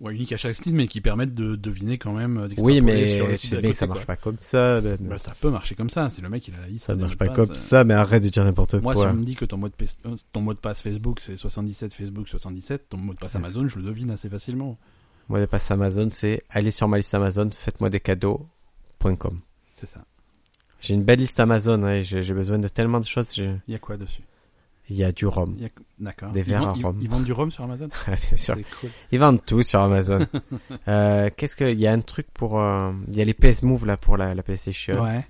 [SPEAKER 1] Ouais, unique à chaque style, mais qui permettent de deviner quand même. euh, d'extrapoler
[SPEAKER 2] Oui,
[SPEAKER 1] sur le
[SPEAKER 2] mais tu
[SPEAKER 1] site
[SPEAKER 2] sais
[SPEAKER 1] d'à
[SPEAKER 2] bien que
[SPEAKER 1] côté,
[SPEAKER 2] ça
[SPEAKER 1] quoi.
[SPEAKER 2] marche pas comme ça. ben,
[SPEAKER 1] Bah, ça peut marcher comme ça. C'est le mec, il a la liste.
[SPEAKER 2] ça
[SPEAKER 1] des
[SPEAKER 2] marche
[SPEAKER 1] mots
[SPEAKER 2] pas
[SPEAKER 1] de
[SPEAKER 2] comme
[SPEAKER 1] passe.
[SPEAKER 2] ça, mais arrête de dire n'importe quoi.
[SPEAKER 1] Moi, si on me dit que ton mot, de passe, euh, ton mot de passe Facebook c'est 77 Facebook 77, ton mot de passe Amazon, je le devine assez facilement.
[SPEAKER 2] Moi, de passe Amazon, c'est allez sur ma liste Amazon, faites-moi des cadeaux.com.
[SPEAKER 1] C'est ça.
[SPEAKER 2] J'ai une belle liste Amazon, hein, et j'ai j'ai besoin de tellement de choses. j'ai-
[SPEAKER 1] Il y a quoi dessus
[SPEAKER 2] Il y a du rhum. *laughs*
[SPEAKER 1] Il y a- D'accord.
[SPEAKER 2] Hum. Des
[SPEAKER 1] Ils
[SPEAKER 2] verres à
[SPEAKER 1] vendent- ils,
[SPEAKER 2] rhum.
[SPEAKER 1] ils vendent du rhum sur
[SPEAKER 2] *laughs*
[SPEAKER 1] Amazon
[SPEAKER 2] Bien sûr.
[SPEAKER 1] C'est cool.
[SPEAKER 2] Ils vendent tout
[SPEAKER 1] *laughs*
[SPEAKER 2] sur Amazon. euh, Qu'est-ce que... Il y a un truc pour... euh, Il y a les PS Move, là, pour la, la PlayStation.
[SPEAKER 1] Ouais.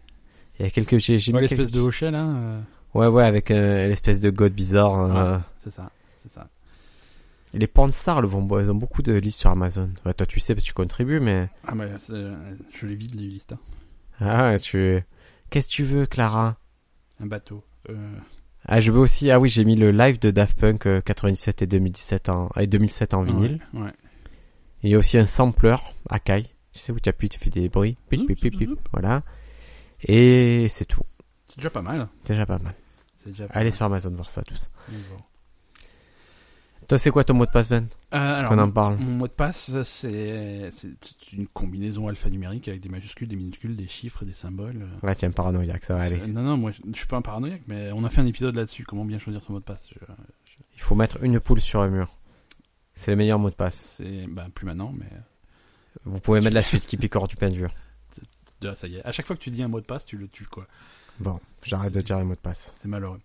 [SPEAKER 2] Il y a quelques... J'ai j'ai
[SPEAKER 1] Ouais,
[SPEAKER 2] mis
[SPEAKER 1] L'espèce
[SPEAKER 2] quelques-
[SPEAKER 1] de hochet
[SPEAKER 2] hein,
[SPEAKER 1] là, euh,
[SPEAKER 2] Ouais, ouais, avec euh, l'espèce de god bizarre. hein.
[SPEAKER 1] c'est ça. C'est ça.
[SPEAKER 2] Les porn stars, le bon, bon, ils ont beaucoup de listes sur Amazon. Ouais, toi, tu sais, parce que tu contribues, mais...
[SPEAKER 1] Ah, mais c'est- euh, je les vide les listes. hein.
[SPEAKER 2] Ah, tu... Qu'est-ce que tu veux, Clara
[SPEAKER 1] Un bateau. Euh,
[SPEAKER 2] Ah, je veux aussi. Ah oui, j'ai mis le live de Daft Punk euh, 97 et 2017 en et 2007 en vinyle.
[SPEAKER 1] Ouais. ouais.
[SPEAKER 2] Il y a aussi un sampler Akai. Tu sais où tu appuies, tu fais des bruits.
[SPEAKER 1] Mmh,
[SPEAKER 2] Pip, pip, pip, pip. Voilà. Et c'est tout.
[SPEAKER 1] C'est déjà pas mal.
[SPEAKER 2] Déjà pas mal.
[SPEAKER 1] C'est déjà. pas
[SPEAKER 2] Allez
[SPEAKER 1] mal.
[SPEAKER 2] sur Amazon voir ça tous.
[SPEAKER 1] Mais bon.
[SPEAKER 2] Toi, c'est quoi ton mot de passe Ben
[SPEAKER 1] Euh,
[SPEAKER 2] Parce
[SPEAKER 1] alors,
[SPEAKER 2] qu'on en parle.
[SPEAKER 1] Mon mot de passe, c'est c'est une combinaison alphanumérique avec des majuscules, des minuscules, des chiffres, et des symboles. euh.
[SPEAKER 2] Ouais, Ah, tiens, paranoïaque, ça va aller.
[SPEAKER 1] C'est- Euh, Non, non, moi je je suis pas un paranoïaque, mais on a fait un épisode là-dessus, comment bien choisir son mot de passe. Je-
[SPEAKER 2] Il faut mettre une poule sur un mur. C'est le meilleur mot de passe.
[SPEAKER 1] C'est bah, plus maintenant, mais
[SPEAKER 2] Vous pouvez mettre la suite qui pique hors du pain dur.
[SPEAKER 1] Ah, ça y est. À chaque fois que tu dis un mot de passe, tu le tues, quoi.
[SPEAKER 2] Bon, j'arrête de dire les mots de passe.
[SPEAKER 1] C'est malheureux.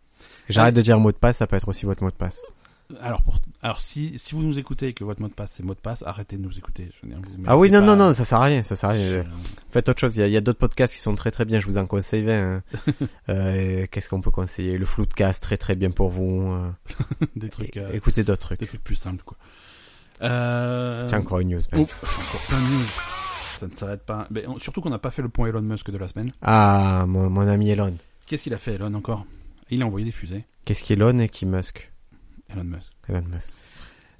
[SPEAKER 2] J'arrête de dire mot de passe, ça peut être aussi votre mot de passe.
[SPEAKER 1] Alors, pour... Alors si, si vous nous écoutez et que votre mot de passe c'est mot de passe, arrêtez de nous écouter. Je veux dire, vous
[SPEAKER 2] Ah oui,
[SPEAKER 1] méritez
[SPEAKER 2] non, non,
[SPEAKER 1] pas- *laughs*
[SPEAKER 2] non, ça sert à rien, ça sert à rien.
[SPEAKER 1] Je-
[SPEAKER 2] Faites autre chose. Il y a, il y a d'autres podcasts qui sont très très bien. Je vous en conseille 20. hein. *laughs* Euh, Qu'est-ce qu'on peut conseiller Le Floodcast, très très bien pour vous. euh.
[SPEAKER 1] des, trucs,
[SPEAKER 2] É-
[SPEAKER 1] euh,
[SPEAKER 2] Écoutez d'autres trucs.
[SPEAKER 1] des trucs plus simples, quoi. Euh...
[SPEAKER 2] Tiens encore une news. Ben.
[SPEAKER 1] Oh, j'ai encore plein de news. Ça ne s'arrête pas. Mais on- Surtout qu'on n'a pas fait le point Elon Musk de la semaine.
[SPEAKER 2] Ah, mon, mon ami Elon.
[SPEAKER 1] Qu'est-ce qu'il a fait, Elon, encore Il a envoyé des fusées,
[SPEAKER 2] Qu'est-ce qu'Elon et qui Musk
[SPEAKER 1] Elon Musk.
[SPEAKER 2] Elon Musk.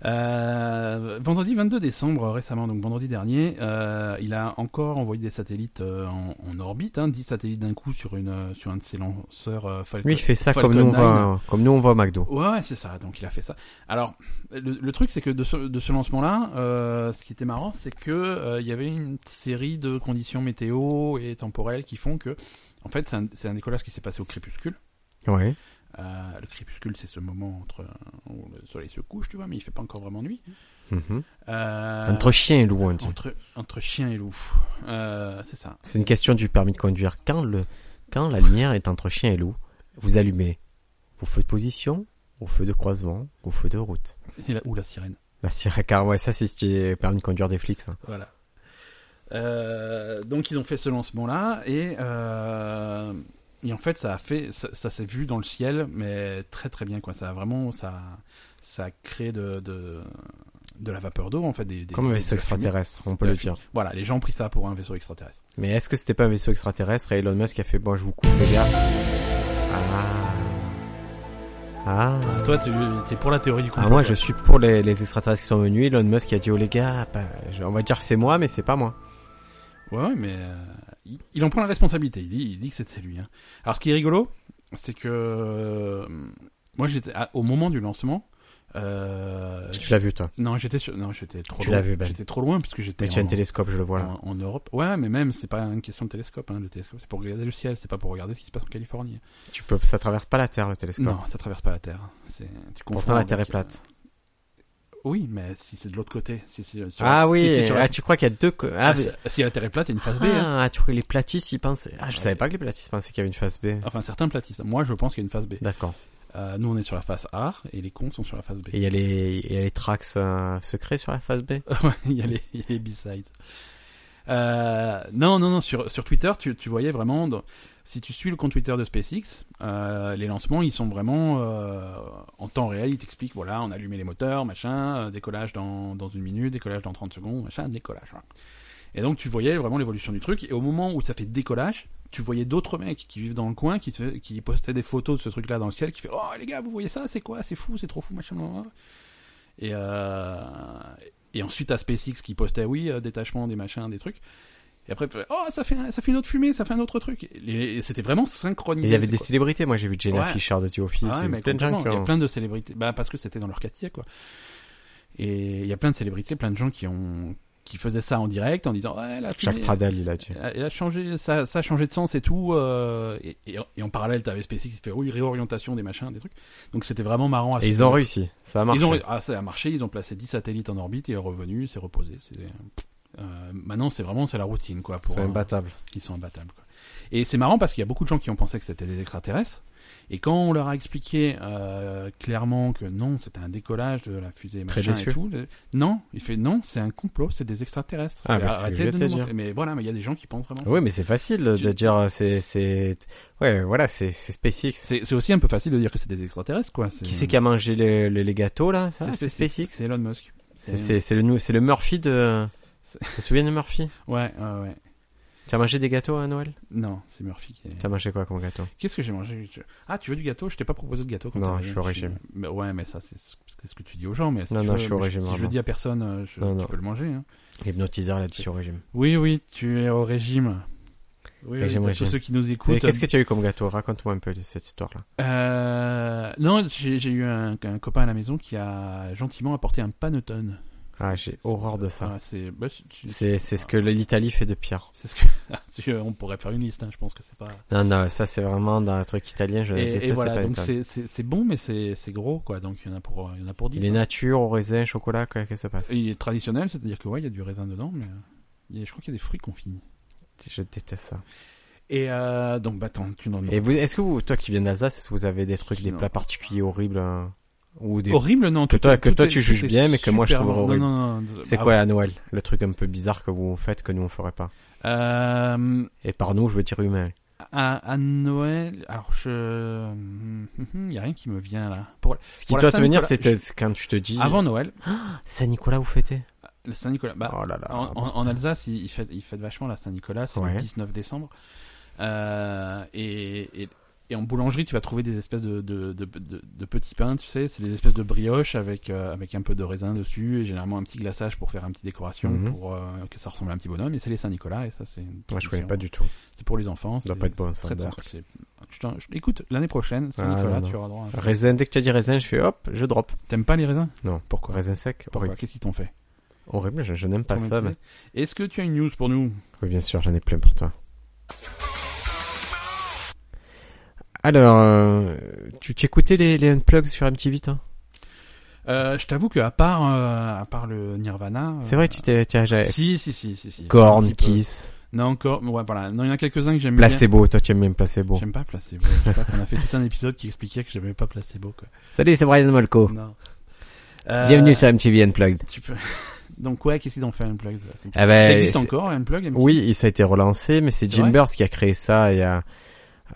[SPEAKER 1] Euh, vendredi 22 décembre, récemment, donc vendredi dernier, euh, il a encore envoyé des satellites euh, en, en orbite, hein, 10 satellites d'un coup sur, une, euh, sur un de ses lanceurs euh, Falcon.
[SPEAKER 2] Lui, il fait ça
[SPEAKER 1] Falcon
[SPEAKER 2] comme nous, on
[SPEAKER 1] 9.
[SPEAKER 2] va, comme nous on va au McDo.
[SPEAKER 1] Ouais, ouais, c'est ça. Donc il a fait ça. Alors le, le truc, c'est que de ce, de ce lancement-là, euh, ce qui était marrant, c'est que euh, il y avait une série de conditions météo et temporelles qui font que, en fait, c'est un, c'est un décollage qui s'est passé au crépuscule.
[SPEAKER 2] Ouais.
[SPEAKER 1] Euh, le crépuscule, c'est ce moment entre euh, où le soleil se couche, tu vois, mais il fait pas encore vraiment nuit.
[SPEAKER 2] Mhm.
[SPEAKER 1] Euh,
[SPEAKER 2] Entre chien et loup, on dit.
[SPEAKER 1] entre, entre chien et loup. Euh, c'est ça.
[SPEAKER 2] C'est une question du permis de conduire. Quand le, quand la lumière est entre chien et loup, vous allumez au feu de position, au feu de croisement, au feu de route.
[SPEAKER 1] Et la- ou la sirène.
[SPEAKER 2] La Siracar, ouais, ça c'est ce qui est permis de conduire des flics. ça.
[SPEAKER 1] Voilà. Euh, donc ils ont fait ce lancement-là et, euh, et en fait ça a fait ça, ça s'est vu dans le ciel mais très très bien quoi ça a vraiment ça ça a créé de de, de la vapeur d'eau en fait des, des
[SPEAKER 2] Comme un
[SPEAKER 1] des-
[SPEAKER 2] vaisseau
[SPEAKER 1] de la fumée.
[SPEAKER 2] extraterrestre, on peut
[SPEAKER 1] La
[SPEAKER 2] le
[SPEAKER 1] fumée.
[SPEAKER 2] dire.
[SPEAKER 1] Voilà les gens ont pris ça pour un vaisseau extraterrestre.
[SPEAKER 2] Mais est-ce que c'était pas un vaisseau extraterrestre et Elon Musk a fait bon, je vous coupe les gars. Ah. Ah.
[SPEAKER 1] Toi tu es pour la théorie du complot.
[SPEAKER 2] Ah, moi
[SPEAKER 1] quoi.
[SPEAKER 2] je suis pour les, les extraterrestres qui sont venus. Elon Musk a dit oh les gars, bah, je- on va dire que c'est moi, mais c'est pas moi.
[SPEAKER 1] Ouais, ouais, mais euh, il, il en prend la responsabilité. Il dit, il dit que c'était lui. hein. Alors, ce qui est rigolo, c'est que euh, moi, j'étais à- au moment du lancement, Euh,
[SPEAKER 2] Tu l'as vu, toi.
[SPEAKER 1] non, j'étais sur... non, j'étais trop
[SPEAKER 2] Tu
[SPEAKER 1] loin.
[SPEAKER 2] l'as vu, Ben.
[SPEAKER 1] J'étais trop loin parce que j'étais
[SPEAKER 2] Mais tu as
[SPEAKER 1] en,
[SPEAKER 2] un télescope, je le vois là.
[SPEAKER 1] en- en Europe. Ouais, mais même c'est pas une question de télescope. hein. Le télescope, c'est pour regarder le ciel, c'est pas pour regarder ce qui se passe en Californie.
[SPEAKER 2] Tu peux, ça traverse pas la Terre, le télescope.
[SPEAKER 1] Non, ça traverse pas la Terre. C'est tu
[SPEAKER 2] Pourtant,
[SPEAKER 1] confonds
[SPEAKER 2] la
[SPEAKER 1] avec- euh,
[SPEAKER 2] Terre est plate.
[SPEAKER 1] Oui, mais si c'est de l'autre côté, si c'est sur-
[SPEAKER 2] Ah oui,
[SPEAKER 1] si c'est sur la-
[SPEAKER 2] ah, tu crois qu'il y a deux. co- Ah,
[SPEAKER 1] Ah,
[SPEAKER 2] mais-
[SPEAKER 1] si si la Terre est plate, il y a une phase B. hein.
[SPEAKER 2] Ah, tu crois que les platistes y pensaient. Ah, je
[SPEAKER 1] Ouais.
[SPEAKER 2] savais pas que les platistes pensaient qu'il y avait une face B.
[SPEAKER 1] Enfin, certains platistes. Moi, je pense qu'il y a une phase B.
[SPEAKER 2] D'accord.
[SPEAKER 1] Euh, nous, on est sur la face A et les cons sont sur la face B.
[SPEAKER 2] Et il y a les, il y a les tracks euh, secrets sur la face B.
[SPEAKER 1] *laughs* Ouais, il y a les, il y a les B-sides. Euh, non, non, non, sur, sur Twitter, tu, tu voyais vraiment, dans- si tu suis le compte Twitter de SpaceX, euh, les lancements, ils sont vraiment euh, en temps réel, ils t'expliquent, voilà, on a allumé les moteurs, machin, euh, décollage dans, dans une minute, décollage dans 30 secondes, machin, décollage. voilà. Et donc tu voyais vraiment l'évolution du truc, et au moment où ça fait décollage, tu voyais d'autres mecs qui vivent dans le coin, qui, se- qui postaient des photos de ce truc-là dans le ciel, qui fait, oh les gars, vous voyez ça, c'est quoi, c'est fou, c'est trop fou, machin, blablabla. Et, euh, et ensuite à SpaceX qui postait, oui, euh, détachement, des machins, des trucs. Et après, oh, ça fait, un- ça fait une autre fumée, ça fait un autre truc. Et les- et c'était vraiment
[SPEAKER 2] Et
[SPEAKER 1] synchronisé.
[SPEAKER 2] il y avait
[SPEAKER 1] c'est
[SPEAKER 2] des
[SPEAKER 1] quoi.
[SPEAKER 2] célébrités. Moi, j'ai vu Jenna
[SPEAKER 1] Ouais.
[SPEAKER 2] Fisher de The Office.
[SPEAKER 1] Ah ouais,
[SPEAKER 2] il y a
[SPEAKER 1] mais
[SPEAKER 2] plein de gens
[SPEAKER 1] complètement,
[SPEAKER 2] qui
[SPEAKER 1] Il y a
[SPEAKER 2] ont.
[SPEAKER 1] plein de célébrités. Bah, parce que c'était dans leur quartier, quoi. Et il y a plein de célébrités, plein de gens qui ont, qui faisaient ça en direct en disant, ouais, la fumée.
[SPEAKER 2] Jacques Pradal, il a dit.
[SPEAKER 1] elle a- elle a changé, ça, ça a changé de sens et tout. euh, et, et- et en parallèle, t'avais SpaceX qui fait oui, réorientation des machins, des trucs. Donc c'était vraiment marrant à
[SPEAKER 2] Et
[SPEAKER 1] suivre.
[SPEAKER 2] ils ont réussi. Ça a marché.
[SPEAKER 1] Ils ont, ah, ça a marché, ils ont placé 10 satellites en orbite, il est revenu, c'est reposé. c'est- euh, maintenant, c'est vraiment c'est la routine. quoi. Pour,
[SPEAKER 2] C'est imbattable.
[SPEAKER 1] Ils sont imbattables. quoi. Et c'est marrant parce qu'il y a beaucoup de gens qui ont pensé que c'était des extraterrestres. Et quand on leur a expliqué euh, clairement que non, c'était un décollage de la fusée
[SPEAKER 2] Très
[SPEAKER 1] machin
[SPEAKER 2] déçu.
[SPEAKER 1] et tout, le- non, il fait non, c'est un complot, c'est des extraterrestres.
[SPEAKER 2] Ah,
[SPEAKER 1] C'est-
[SPEAKER 2] bah, c'est ce que
[SPEAKER 1] arrêtez
[SPEAKER 2] je voulais
[SPEAKER 1] de
[SPEAKER 2] te
[SPEAKER 1] nous
[SPEAKER 2] dire.
[SPEAKER 1] montrer. Mais voilà, mais il y a des gens qui pensent vraiment. ça.
[SPEAKER 2] Oui, mais Ah, c'est facile de
[SPEAKER 1] Tu-
[SPEAKER 2] dire euh, c'est c'est ouais voilà c'est c'est SpaceX.
[SPEAKER 1] C'est c'est aussi un peu facile de dire que c'est des extraterrestres, quoi.
[SPEAKER 2] Qui c'est qui a mangé les, les, les gâteaux là Ça,
[SPEAKER 1] C'est
[SPEAKER 2] C'est SpaceX.
[SPEAKER 1] C'est Elon Musk.
[SPEAKER 2] C'est c'est c'est le nou- c'est le Murphy de.
[SPEAKER 1] C'est-
[SPEAKER 2] Tu te souviens de Murphy
[SPEAKER 1] Ouais, ouais, ouais.
[SPEAKER 2] Tu as mangé des gâteaux à Noël
[SPEAKER 1] Non, c'est Murphy qui est.
[SPEAKER 2] Tu as mangé quoi comme gâteau
[SPEAKER 1] Qu'est-ce que j'ai mangé Je- Ah, tu veux du gâteau Je t'ai pas proposé de gâteau quand
[SPEAKER 2] Non,
[SPEAKER 1] t'es
[SPEAKER 2] je suis au régime.
[SPEAKER 1] Mais ouais, mais ça, c'est ce c'est ce que tu dis aux gens. Mais si
[SPEAKER 2] Non,
[SPEAKER 1] tu
[SPEAKER 2] non,
[SPEAKER 1] veux-
[SPEAKER 2] je suis au
[SPEAKER 1] mais
[SPEAKER 2] régime,
[SPEAKER 1] Si je
[SPEAKER 2] vraiment.
[SPEAKER 1] le dis à personne, euh, je-
[SPEAKER 2] Non,
[SPEAKER 1] tu
[SPEAKER 2] non.
[SPEAKER 1] peux le manger. hein.
[SPEAKER 2] L'hypnotiseur l'a dit sur régime.
[SPEAKER 1] Oui, oui, tu es au régime. Oui, oui,
[SPEAKER 2] Régime,
[SPEAKER 1] pour
[SPEAKER 2] régime.
[SPEAKER 1] tous ceux qui nous
[SPEAKER 2] Mais
[SPEAKER 1] écoutent.
[SPEAKER 2] Qu'est-ce que tu as eu comme gâteau Raconte-moi un peu de cette histoire là.
[SPEAKER 1] Euh, Non, j'ai j'ai eu un, un copain à la maison qui a gentiment apporté un panettone.
[SPEAKER 2] Ah j'ai horreur de ça. Ah.
[SPEAKER 1] Ah, c'est bah, c'est- tu-
[SPEAKER 2] C'est c'est ce que l'Italie fait de pire.
[SPEAKER 1] c'est ce que *laughs* tu- on pourrait faire une liste. hein, je pense que c'est pas.
[SPEAKER 2] Non non ça c'est vraiment dans un truc italien. Je déteste
[SPEAKER 1] Et, et
[SPEAKER 2] ces
[SPEAKER 1] voilà, donc
[SPEAKER 2] panettone.
[SPEAKER 1] c'est c'est- c'est bon, mais c'est c'est gros, quoi. Donc il y en a pour il y en a pour 10.
[SPEAKER 2] Il est nature au raisin chocolat quoi, qu'est-ce qui se passe
[SPEAKER 1] Il est traditionnel, c'est-à-dire que ouais, il y a du raisin dedans, mais euh, il y a- je crois qu'il y a des fruits confits.
[SPEAKER 2] Je déteste ça.
[SPEAKER 1] Et euh, donc, bah attends, tu n'en
[SPEAKER 2] Et vous, est-ce que vous, toi qui viens d'Alsace, est-ce que vous avez des trucs, des
[SPEAKER 1] Non.
[SPEAKER 2] plats particuliers horribles hein, ou des...
[SPEAKER 1] Horrible, non
[SPEAKER 2] Que
[SPEAKER 1] tout
[SPEAKER 2] toi-
[SPEAKER 1] est-
[SPEAKER 2] que
[SPEAKER 1] tout
[SPEAKER 2] toi,
[SPEAKER 1] est-
[SPEAKER 2] tu
[SPEAKER 1] tout
[SPEAKER 2] juges
[SPEAKER 1] est
[SPEAKER 2] bien, mais que moi, je
[SPEAKER 1] super
[SPEAKER 2] trouve
[SPEAKER 1] bon.
[SPEAKER 2] horrible.
[SPEAKER 1] Non, non, non.
[SPEAKER 2] C'est
[SPEAKER 1] bah,
[SPEAKER 2] quoi à Noël Le truc un peu bizarre que vous faites que nous on ferait pas.
[SPEAKER 1] euh,
[SPEAKER 2] Et par nous, je veux dire humain.
[SPEAKER 1] à, à Noël, alors je. Hum, hum, Il y a rien qui me vient là. Pour...
[SPEAKER 2] Ce qui
[SPEAKER 1] Pour la
[SPEAKER 2] doit te venir, c'est
[SPEAKER 1] Saint-Nicolas,
[SPEAKER 2] te- c'est quand tu te dis
[SPEAKER 1] Avant Noël,
[SPEAKER 2] Saint-Nicolas, vous fêtez
[SPEAKER 1] le Saint-Nicolas. Bah,
[SPEAKER 2] Oh là là.
[SPEAKER 1] en, en- en Alsace, ils il fêtent il fête vachement la Saint-Nicolas, c'est
[SPEAKER 2] Ouais.
[SPEAKER 1] le 19 décembre. Euh, et, et, et en boulangerie, tu vas trouver des espèces de, de, de, de, de petits pains, tu sais, c'est des espèces de brioches avec, euh, avec un peu de raisin dessus et généralement un petit glaçage pour faire un petit décoration
[SPEAKER 2] Mhm.
[SPEAKER 1] pour euh, que ça ressemble à un petit bonhomme. Et c'est les Saint-Nicolas et ça, c'est. une
[SPEAKER 2] Moi, je connais
[SPEAKER 1] tradition.
[SPEAKER 2] pas du tout.
[SPEAKER 1] C'est pour les enfants.
[SPEAKER 2] doit
[SPEAKER 1] c'est-
[SPEAKER 2] pas être bon,
[SPEAKER 1] c'est
[SPEAKER 2] ça,
[SPEAKER 1] très
[SPEAKER 2] dark.
[SPEAKER 1] dark, c'est- Je t'en- je- Écoute, l'année prochaine,
[SPEAKER 2] Ah,
[SPEAKER 1] Saint-Nicolas,
[SPEAKER 2] non,
[SPEAKER 1] tu auras droit à ça.
[SPEAKER 2] Raisin, dès que tu as dit raisin, je fais hop, je drop.
[SPEAKER 1] T'aimes pas les raisins
[SPEAKER 2] Non.
[SPEAKER 1] Pourquoi
[SPEAKER 2] Raisin sec,
[SPEAKER 1] Pourquoi
[SPEAKER 2] horrible.
[SPEAKER 1] Qu'est-ce qu'ils t'ont fait
[SPEAKER 2] Horrible, je, je n'aime pas ça.
[SPEAKER 1] Traumatisé
[SPEAKER 2] mais-
[SPEAKER 1] Est-ce que tu as une news pour nous
[SPEAKER 2] Oui, bien sûr, j'en ai plein pour toi. Alors, euh, tu t'écoutais les, les unplugs sur MTV, toi
[SPEAKER 1] Euh, je t'avoue que à part euh, à part le Nirvana. euh,
[SPEAKER 2] C'est vrai, tu t'es, tiens, j'avais-
[SPEAKER 1] Si si si si si. Un
[SPEAKER 2] Korn,
[SPEAKER 1] petit peu.
[SPEAKER 2] Kiss,
[SPEAKER 1] Non encore. Ouais voilà. Non il y en a quelques uns que j'aime bien.
[SPEAKER 2] Placebo, toi tu aimes bien Placebo.
[SPEAKER 1] J'aime pas placebo. Je sais pas, on a fait tout un épisode qui expliquait que j'aimais pas placebo quoi.
[SPEAKER 2] Salut, c'est Brian Molko.
[SPEAKER 1] Non. Euh,
[SPEAKER 2] Oh. Bienvenue sur MTV Unplugged.
[SPEAKER 1] Tu peux. *laughs* Donc ouais qu'est-ce qu'ils ont fait Unplugged là C'est-
[SPEAKER 2] Ah ben,
[SPEAKER 1] Ça existe
[SPEAKER 2] c'est-
[SPEAKER 1] encore Unplugged MTV?
[SPEAKER 2] Oui, et ça a été relancé, mais c'est
[SPEAKER 1] C'est
[SPEAKER 2] Jim
[SPEAKER 1] vrai
[SPEAKER 2] Burns qui a créé ça il y a,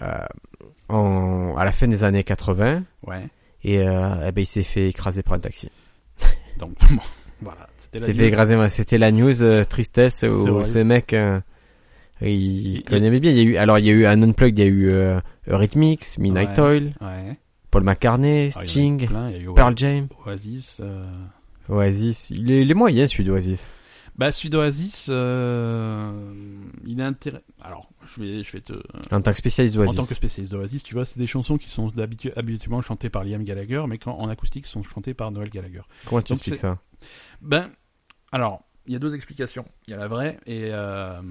[SPEAKER 2] euh, en- à la fin des années 80.
[SPEAKER 1] Ouais.
[SPEAKER 2] Et euh, eh ben, il s'est fait écraser par un taxi.
[SPEAKER 1] Donc *laughs* bon voilà. C'était
[SPEAKER 2] Il
[SPEAKER 1] la.
[SPEAKER 2] s'est
[SPEAKER 1] news.
[SPEAKER 2] fait écraser, ouais, c'était la news euh, tristesse où
[SPEAKER 1] horrible.
[SPEAKER 2] ce mec, euh, il,
[SPEAKER 1] Il-
[SPEAKER 2] connaît bien. Il y a eu, alors il y a eu un unplugged, il y a eu euh, Eurythmics, Midnight
[SPEAKER 1] Ouais.
[SPEAKER 2] Oil,
[SPEAKER 1] Ouais.
[SPEAKER 2] Paul McCartney,
[SPEAKER 1] Ah, il y en a eu
[SPEAKER 2] Sting,
[SPEAKER 1] plein, il y a eu
[SPEAKER 2] Pearl Jam,
[SPEAKER 1] Oasis. euh,
[SPEAKER 2] Oasis. Il est, il est moyen celui d'Oasis.
[SPEAKER 1] Bah celui d'Oasis, euh, il il est intér- Alors, je vais, je vais te.
[SPEAKER 2] En tant que spécialiste
[SPEAKER 1] En tant que
[SPEAKER 2] d'Oasis.
[SPEAKER 1] spécialiste d'Oasis, tu vois, c'est des chansons qui sont d'habitu- habituellement chantées par Liam Gallagher, mais quand, en acoustique, sont chantées par Noel Gallagher.
[SPEAKER 2] Comment tu
[SPEAKER 1] Donc,
[SPEAKER 2] expliques
[SPEAKER 1] c'est-
[SPEAKER 2] ça
[SPEAKER 1] Ben, alors, il y a deux explications. Il y a la vraie et euh,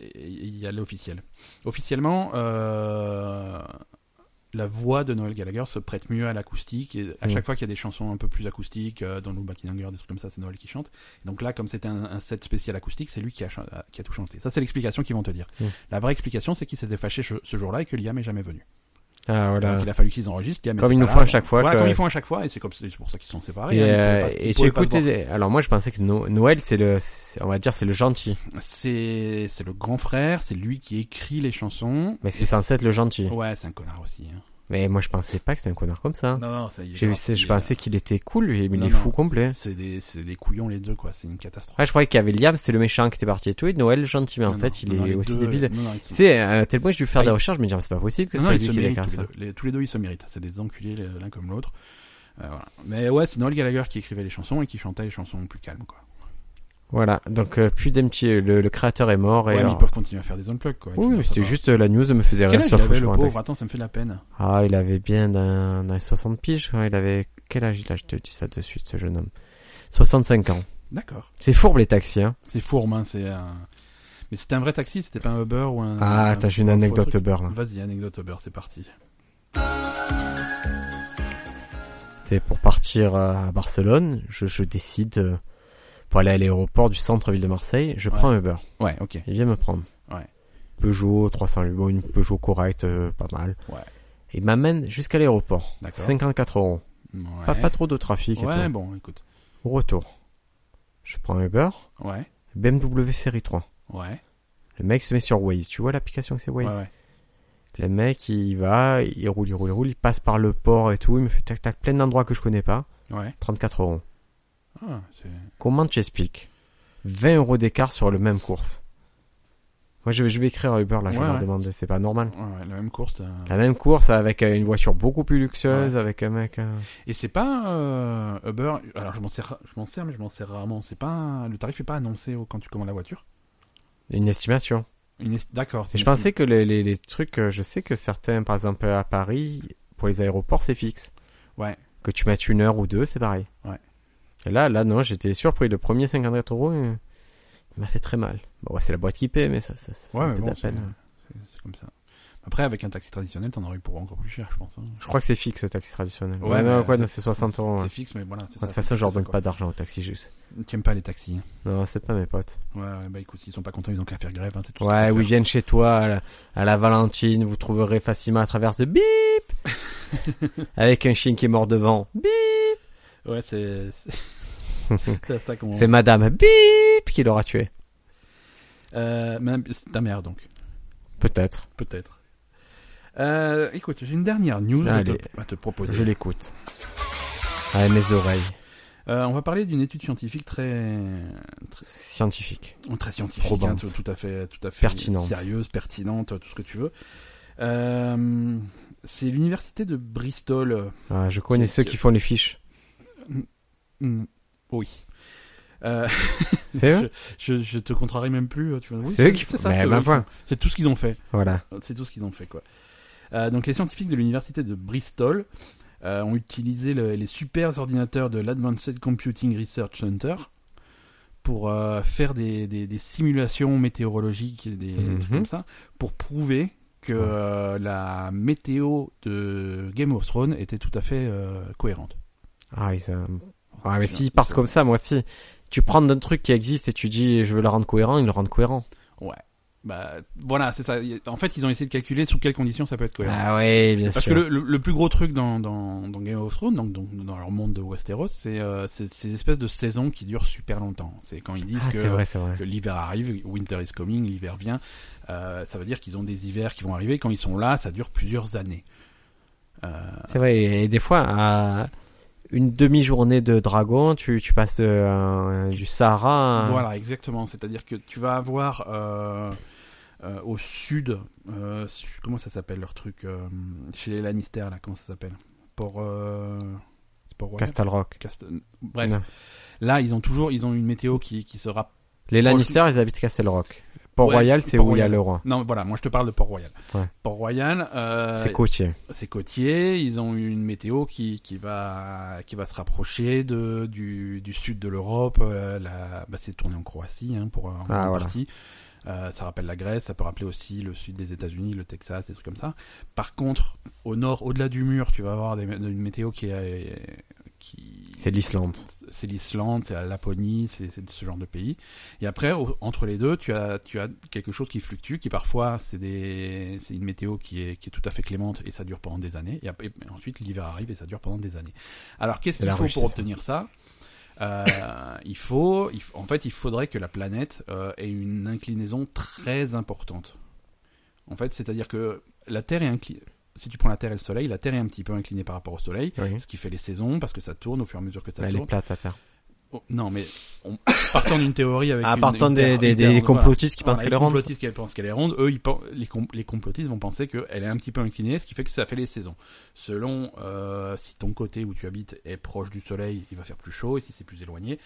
[SPEAKER 1] et- et il y a l'officielle. Officiellement, euh, la voix de Noël Gallagher se prête mieux à l'acoustique. Et à
[SPEAKER 2] Mm.
[SPEAKER 1] chaque fois qu'il y a des chansons un peu plus acoustiques, euh, dans Lou Back in Anger, des trucs comme ça, c'est Noël qui chante. Donc là, comme c'était un, un set spécial acoustique, c'est lui qui a, chan- a- qui a tout chanté. Ça, c'est l'explication qu'ils vont te dire.
[SPEAKER 2] Mm.
[SPEAKER 1] La vraie explication, c'est qu'il s'était fâché ce, ce jour-là et que Liam est jamais venu.
[SPEAKER 2] Ah voilà.
[SPEAKER 1] Donc il a fallu qu'ils enregistrent. Liam
[SPEAKER 2] Comme
[SPEAKER 1] était
[SPEAKER 2] ils
[SPEAKER 1] pas
[SPEAKER 2] nous
[SPEAKER 1] là.
[SPEAKER 2] font à chaque fois,
[SPEAKER 1] Voilà,
[SPEAKER 2] quoi.
[SPEAKER 1] comme ils font à chaque fois, et c'est comme- c'est pour ça qu'ils sont séparés.
[SPEAKER 2] Et,
[SPEAKER 1] hein, ils
[SPEAKER 2] euh,
[SPEAKER 1] pouvaient pas- ils
[SPEAKER 2] et tu
[SPEAKER 1] pouvaient pas se
[SPEAKER 2] écoutes.
[SPEAKER 1] voir.
[SPEAKER 2] les- Alors moi, je pensais que No- Noël, c'est le, c'est- on va dire, c'est le gentil.
[SPEAKER 1] C'est c'est le grand frère, c'est lui qui écrit les chansons.
[SPEAKER 2] Mais c'est censé être le gentil.
[SPEAKER 1] Ouais, c'est un connard aussi. hein.
[SPEAKER 2] Mais moi, je pensais pas que c'était un connard comme ça.
[SPEAKER 1] Non, non, ça y est.
[SPEAKER 2] J'ai vu,
[SPEAKER 1] grave,
[SPEAKER 2] c'est- je
[SPEAKER 1] il est là.
[SPEAKER 2] pensais qu'il était cool, lui, mais
[SPEAKER 1] Non,
[SPEAKER 2] il est
[SPEAKER 1] non.
[SPEAKER 2] fou complet.
[SPEAKER 1] C'est des, c'est des couillons les deux, quoi. C'est une catastrophe.
[SPEAKER 2] Ouais, je croyais qu'il y avait Liam, c'était le méchant qui était parti et tout, et Noël, le gentil, mais en
[SPEAKER 1] Non,
[SPEAKER 2] fait,
[SPEAKER 1] non,
[SPEAKER 2] il
[SPEAKER 1] non, non,
[SPEAKER 2] est
[SPEAKER 1] les
[SPEAKER 2] aussi
[SPEAKER 1] deux-
[SPEAKER 2] débile.
[SPEAKER 1] non, non, ils
[SPEAKER 2] Tu
[SPEAKER 1] sont-
[SPEAKER 2] sais, à tel point, j'ai dû faire
[SPEAKER 1] Ah,
[SPEAKER 2] des
[SPEAKER 1] il-
[SPEAKER 2] recherches, je me dis, Ah, c'est hein. pas possible que ce
[SPEAKER 1] Non, non,
[SPEAKER 2] soit
[SPEAKER 1] ils
[SPEAKER 2] lui
[SPEAKER 1] se
[SPEAKER 2] qui
[SPEAKER 1] méritent
[SPEAKER 2] déclare
[SPEAKER 1] tous
[SPEAKER 2] ça.
[SPEAKER 1] les, deux. Les- tous les deux, ils se méritent. C'est des enculés les- l'un comme l'autre. Euh, voilà. Mais ouais, c'est Noël Gallagher qui écrivait les chansons et qui chantait les chansons plus calmes, quoi.
[SPEAKER 2] Voilà, donc euh, plus d'amitié, le, le créateur est mort et...
[SPEAKER 1] Ouais, mais
[SPEAKER 2] alors-
[SPEAKER 1] ils peuvent continuer à faire des unplugs, quoi.
[SPEAKER 2] Oui,
[SPEAKER 1] Tu
[SPEAKER 2] mais
[SPEAKER 1] vois, ça
[SPEAKER 2] c'était
[SPEAKER 1] va.
[SPEAKER 2] juste euh, la news, me faisait
[SPEAKER 1] Quel
[SPEAKER 2] rire.
[SPEAKER 1] âge
[SPEAKER 2] sur
[SPEAKER 1] il
[SPEAKER 2] le
[SPEAKER 1] avait le
[SPEAKER 2] franchement,
[SPEAKER 1] pauvre
[SPEAKER 2] texte.
[SPEAKER 1] Attends, ça me fait de la peine.
[SPEAKER 2] Ah, il avait bien d'un, d'un 60 piges, ouais, il avait... Quel âge il a Je te dis ça de suite, ce jeune homme. 65 ans.
[SPEAKER 1] D'accord.
[SPEAKER 2] C'est fourbe les taxis, hein.
[SPEAKER 1] C'est fourbe, hein. C'est un. Mais c'était un vrai taxi, c'était pas un Uber ou un.
[SPEAKER 2] Ah,
[SPEAKER 1] un-
[SPEAKER 2] t'as une
[SPEAKER 1] un faux
[SPEAKER 2] anecdote hein.
[SPEAKER 1] truc.
[SPEAKER 2] beurre, là.
[SPEAKER 1] Vas-y, anecdote Uber, c'est parti.
[SPEAKER 2] C'est pour partir euh, à Barcelone, je, je décide, euh, pour aller à l'aéroport du centre-ville de Marseille, je
[SPEAKER 1] Ouais.
[SPEAKER 2] prends un Uber.
[SPEAKER 1] Ouais, ok.
[SPEAKER 2] Il vient me prendre.
[SPEAKER 1] Ouais.
[SPEAKER 2] Peugeot 300 bon, une Peugeot correcte, euh, pas mal.
[SPEAKER 1] Ouais.
[SPEAKER 2] Et il m'amène jusqu'à l'aéroport.
[SPEAKER 1] D'accord.
[SPEAKER 2] 54 euros.
[SPEAKER 1] Ouais.
[SPEAKER 2] Pas, pas trop de trafic
[SPEAKER 1] Ouais,
[SPEAKER 2] et tout.
[SPEAKER 1] bon, écoute.
[SPEAKER 2] Au Retour. Je prends un Uber,
[SPEAKER 1] Ouais,
[SPEAKER 2] BMW série 3.
[SPEAKER 1] ouais.
[SPEAKER 2] Le mec se met sur Waze. Tu vois l'application que c'est Waze
[SPEAKER 1] ouais, ouais.
[SPEAKER 2] Le mec, il va, il roule, il roule, il roule, il passe par le port et tout. Il me fait tac tac plein d'endroits que je connais pas.
[SPEAKER 1] ouais.
[SPEAKER 2] 34 euros.
[SPEAKER 1] Ah, c'est...
[SPEAKER 2] Comment tu expliques 20 euros d'écart sur le même course. Moi, je vais, je vais écrire à Uber là, je
[SPEAKER 1] Ouais,
[SPEAKER 2] vais leur
[SPEAKER 1] ouais.
[SPEAKER 2] demander. C'est pas normal.
[SPEAKER 1] Ouais, ouais, la même course. t'as-
[SPEAKER 2] La même course avec euh, une voiture beaucoup plus luxueuse, avec un mec. euh,
[SPEAKER 1] Et c'est pas euh, Uber. Alors je m'en sers, je m'en sers, mais je m'en sers rarement. C'est pas le tarif est pas annoncé au- quand tu commandes la voiture.
[SPEAKER 2] Une estimation.
[SPEAKER 1] Une est- D'accord. c'est
[SPEAKER 2] Et je
[SPEAKER 1] une-
[SPEAKER 2] pensais que les, les, les trucs, euh, je sais que certains, par exemple à Paris, pour les aéroports, c'est fixe.
[SPEAKER 1] Ouais.
[SPEAKER 2] Que tu mettes une heure ou deux, c'est pareil.
[SPEAKER 1] Ouais.
[SPEAKER 2] Et là, là, non, j'étais surpris. Le premier 54 euros, euh, il m'a fait très mal. Bon, ouais, c'est la boîte qui paie, mais ça, ça, ça, ça
[SPEAKER 1] Ouais,
[SPEAKER 2] me
[SPEAKER 1] mais
[SPEAKER 2] fait de
[SPEAKER 1] bon,
[SPEAKER 2] la
[SPEAKER 1] c'est,
[SPEAKER 2] peine.
[SPEAKER 1] c'est- c'est comme ça. Après, avec un taxi traditionnel, t'en aurais eu pour encore plus cher, je pense. hein.
[SPEAKER 2] Je crois que c'est fixe, le taxi traditionnel.
[SPEAKER 1] Ouais,
[SPEAKER 2] Ouais,
[SPEAKER 1] mais,
[SPEAKER 2] non,
[SPEAKER 1] euh,
[SPEAKER 2] quoi, non, c'est 60 euros.
[SPEAKER 1] C'est
[SPEAKER 2] ouais.
[SPEAKER 1] fixe, mais voilà. C'est
[SPEAKER 2] De
[SPEAKER 1] ça,
[SPEAKER 2] toute
[SPEAKER 1] c'est
[SPEAKER 2] façon, je leur
[SPEAKER 1] ça,
[SPEAKER 2] donne
[SPEAKER 1] quoi.
[SPEAKER 2] pas d'argent au taxi, juste.
[SPEAKER 1] Tu aimes pas les taxis. hein.
[SPEAKER 2] Non, c'est pas mes potes.
[SPEAKER 1] Ouais, ouais, bah écoute, s'ils sont pas contents, ils ont qu'à faire grève. hein, c'est tout ce qu'il
[SPEAKER 2] Ouais,
[SPEAKER 1] faut
[SPEAKER 2] ou ils
[SPEAKER 1] faire.
[SPEAKER 2] viennent chez toi à la, à la Valentine, vous trouverez facilement à travers ce *laughs* bip avec un chien qui est mort devant. Bip
[SPEAKER 1] Ouais, c'est. C'est,
[SPEAKER 2] *laughs*
[SPEAKER 1] c'est à ça qu'on.
[SPEAKER 2] Mmh. C'est madame bip qui l'aura tué.
[SPEAKER 1] Euh, même- c'est ta mère donc.
[SPEAKER 2] Peut-être.
[SPEAKER 1] Peut-être. Euh, écoute, j'ai une dernière news à te,
[SPEAKER 2] Allez.
[SPEAKER 1] à te proposer.
[SPEAKER 2] Ah, Je l'écoute. Avec mes oreilles.
[SPEAKER 1] Euh, on va parler d'une étude scientifique très très,
[SPEAKER 2] Scientifique.
[SPEAKER 1] très scientifique,
[SPEAKER 2] Probante.
[SPEAKER 1] hein, tout, tout à fait, tout à fait
[SPEAKER 2] Pertinente.
[SPEAKER 1] sérieuse, pertinente, tout ce que tu veux. Euh, c'est l'université de Bristol.
[SPEAKER 2] Ah, je connais
[SPEAKER 1] Qui-
[SPEAKER 2] ceux
[SPEAKER 1] qui-
[SPEAKER 2] qui font les fiches.
[SPEAKER 1] Hmm, oui. Euh, *laughs*
[SPEAKER 2] C'est eux
[SPEAKER 1] je, je te contrarie même plus. Tu vois. Oui,
[SPEAKER 2] C'est eux qui font.
[SPEAKER 1] ça,
[SPEAKER 2] Mais
[SPEAKER 1] c'est eux,
[SPEAKER 2] ma
[SPEAKER 1] ils
[SPEAKER 2] foi.
[SPEAKER 1] font- c'est tout ce qu'ils ont fait.
[SPEAKER 2] Voilà.
[SPEAKER 1] C'est tout ce qu'ils ont fait, quoi. Euh, donc, les scientifiques de l'université de Bristol euh, ont utilisé le- les super ordinateurs de l'Advanced Computing Research Center pour euh, faire des, des- des simulations météorologiques et des
[SPEAKER 2] Mhm.
[SPEAKER 1] trucs comme ça pour prouver que
[SPEAKER 2] Ouais.
[SPEAKER 1] euh, la météo de Game of Thrones était tout à fait euh, cohérente.
[SPEAKER 2] Ah, ils, euh, ah mais
[SPEAKER 1] Tu vois,
[SPEAKER 2] s'ils partent
[SPEAKER 1] c'est-
[SPEAKER 2] comme ça, moi aussi. Tu prends un truc qui existe et tu dis je veux le rendre cohérent, ils le rendent cohérent.
[SPEAKER 1] Ouais. Bah, voilà, c'est ça. En fait, ils ont essayé de calculer sous quelles conditions ça peut être cohérent.
[SPEAKER 2] Ah ouais, bien
[SPEAKER 1] Parce
[SPEAKER 2] sûr.
[SPEAKER 1] que le, le- le plus gros truc dans, dans, dans Game of Thrones, donc, donc dans leur monde de Westeros, c'est euh, c'est- ces espèces de saisons qui durent super longtemps. C'est quand ils disent
[SPEAKER 2] Ah, c'est
[SPEAKER 1] que,
[SPEAKER 2] vrai, c'est vrai.
[SPEAKER 1] que l'hiver arrive, winter is coming, l'hiver vient. euh, ça veut dire qu'ils ont des hivers qui vont arriver. Quand ils sont là, ça dure plusieurs années. Euh,
[SPEAKER 2] C'est vrai, et des fois, à une demi-journée de dragon, tu, tu passes de, euh, du Sahara. à-
[SPEAKER 1] Voilà, exactement. C'est-à-dire que tu vas avoir euh, euh, au sud, euh, su- comment ça s'appelle leur truc euh, chez les Lannister là, comment ça s'appelle Pour euh, c'est Port Royal
[SPEAKER 2] Castle Rock.
[SPEAKER 1] Cast- Bref,
[SPEAKER 2] Non.
[SPEAKER 1] là ils ont toujours ils ont une météo qui, qui sera
[SPEAKER 2] Les Lannister, ils habitent Castle Rock. Port-Royal, c'est où il y a
[SPEAKER 1] Port-Royal.
[SPEAKER 2] le roi.
[SPEAKER 1] Non, voilà, moi je te parle de Port-Royal.
[SPEAKER 2] Ouais.
[SPEAKER 1] Port-Royal, euh,
[SPEAKER 2] C'est côtier.
[SPEAKER 1] c'est côtier, ils ont eu une météo qui, qui, va, qui va se rapprocher de, du, du sud de l'Europe. euh, la- bah, c'est tourné en Croatie hein, pour euh, en
[SPEAKER 2] Ah,
[SPEAKER 1] grande
[SPEAKER 2] voilà.
[SPEAKER 1] partie. Euh, ça rappelle la Grèce, ça peut rappeler aussi le sud des États-Unis, le Texas, des trucs comme ça. Par contre, au nord, au-delà du mur, tu vas avoir des, une météo qui est. Qui...
[SPEAKER 2] C'est l'Islande.
[SPEAKER 1] C'est l'Islande, c'est la Laponie, c'est c'est ce genre de pays. Et après, au- entre les deux, tu as, tu as quelque chose qui fluctue, qui parfois, c'est des, c'est une météo qui est, qui est tout à fait clémente et ça dure pendant des années. Et, ap- et ensuite, l'hiver arrive et ça dure pendant des années. Alors, qu'est-ce
[SPEAKER 2] C'est
[SPEAKER 1] qu'il
[SPEAKER 2] la
[SPEAKER 1] faut
[SPEAKER 2] Russie,
[SPEAKER 1] pour
[SPEAKER 2] ça.
[SPEAKER 1] obtenir ça? Euh, il faut, il f- en fait, il faudrait que la planète euh, ait une inclinaison très importante. En fait, c'est-à-dire que la Terre est inclinée. Si tu prends la Terre et le Soleil, la Terre est un petit peu inclinée par rapport au Soleil,
[SPEAKER 2] Oui.
[SPEAKER 1] ce qui fait les saisons parce que ça tourne au fur et à mesure que ça
[SPEAKER 2] Bah, Elle est
[SPEAKER 1] tourne.
[SPEAKER 2] plate à terre.
[SPEAKER 1] Oh, non, mais on... *coughs* partant d'une théorie avec.
[SPEAKER 2] Ah,
[SPEAKER 1] une-
[SPEAKER 2] partant
[SPEAKER 1] une
[SPEAKER 2] des,
[SPEAKER 1] terre-
[SPEAKER 2] des,
[SPEAKER 1] une terre-
[SPEAKER 2] des Ah, complotistes qui
[SPEAKER 1] voilà.
[SPEAKER 2] pensent
[SPEAKER 1] Voilà,
[SPEAKER 2] qu'elle
[SPEAKER 1] les
[SPEAKER 2] est ronde.
[SPEAKER 1] complotistes qui pensent qu'elle est ronde, eux, ils pen- les, com- les complotistes vont penser qu'elle est un petit peu inclinée, ce qui fait que ça fait les saisons. Selon euh, si ton côté où tu habites est proche du soleil, il va faire plus chaud, et si c'est plus éloigné,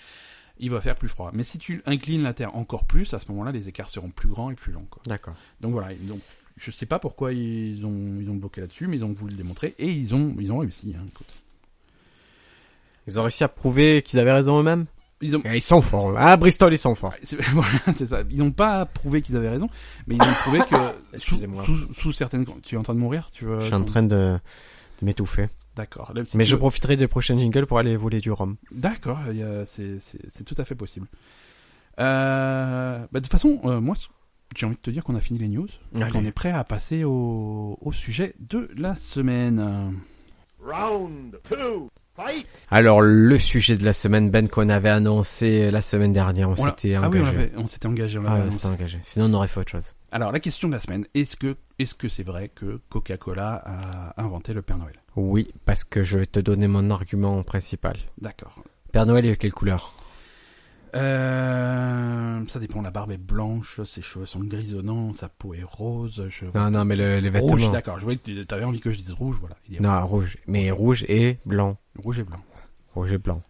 [SPEAKER 1] il va faire plus froid. Mais si tu inclines la Terre encore plus, à ce moment-là, les écarts seront plus grands et plus longs. Quoi.
[SPEAKER 2] D'accord.
[SPEAKER 1] Donc voilà, donc, je sais pas pourquoi ils ont, ils ont bloqué là-dessus, mais ils ont voulu le démontrer, et ils ont, ils ont réussi. Hein, écoute.
[SPEAKER 2] Ils ont réussi à prouver qu'ils avaient raison eux-mêmes.
[SPEAKER 1] Ils ont,
[SPEAKER 2] Et ils sont forts. là. Ah, Bristol, ils sont forts.
[SPEAKER 1] Ouais, c'est- *laughs* voilà, c'est ça. Ils n'ont pas prouvé qu'ils avaient raison, mais ils ont prouvé
[SPEAKER 2] *coughs*
[SPEAKER 1] que sous,
[SPEAKER 2] Excusez-moi.
[SPEAKER 1] sous- sous certaines. con- Tu es en train de mourir, tu veux.
[SPEAKER 2] Je suis en train de, de m'étouffer.
[SPEAKER 1] D'accord. Là, si
[SPEAKER 2] Mais
[SPEAKER 1] tu
[SPEAKER 2] je
[SPEAKER 1] veux-
[SPEAKER 2] profiterai des prochains jingles pour aller voler du rhum.
[SPEAKER 1] D'accord. il y a- C'est c'est- c'est tout à fait possible. Euh, bah, de toute façon, euh, moi, j'ai envie de te dire qu'on a fini les news,
[SPEAKER 2] Allez.
[SPEAKER 1] qu'on est prêt à passer au, au sujet de la semaine.
[SPEAKER 3] Round two, fight!
[SPEAKER 2] Alors, le sujet de la semaine, Ben, qu'on avait annoncé la semaine dernière, on,
[SPEAKER 1] On l'a-
[SPEAKER 2] s'était
[SPEAKER 1] ah oui,
[SPEAKER 2] engagé.
[SPEAKER 1] on l'avait- on s'était engagé. on
[SPEAKER 2] Ah
[SPEAKER 1] l'avait
[SPEAKER 2] ouais, on
[SPEAKER 1] annoncé.
[SPEAKER 2] s'était engagé. Sinon, on aurait fait autre chose.
[SPEAKER 1] Alors, la question de la semaine est-ce que est-ce que c'est vrai que Coca-Cola a inventé le Père Noël
[SPEAKER 2] Oui, parce que je vais te donner mon argument principal.
[SPEAKER 1] D'accord.
[SPEAKER 2] Père Noël, il est de quelle couleur
[SPEAKER 1] Euh, ça dépend, la barbe est blanche, ses cheveux sont grisonnants, sa peau est rose. Je...
[SPEAKER 2] Non, non, mais le- les vêtements.
[SPEAKER 1] rouge, d'accord, je voyais que tu- t'avais envie que je dise rouge, voilà. Il est
[SPEAKER 2] non, rouge. Mais rouge et blanc.
[SPEAKER 1] Rouge et blanc.
[SPEAKER 2] Rouge et blanc.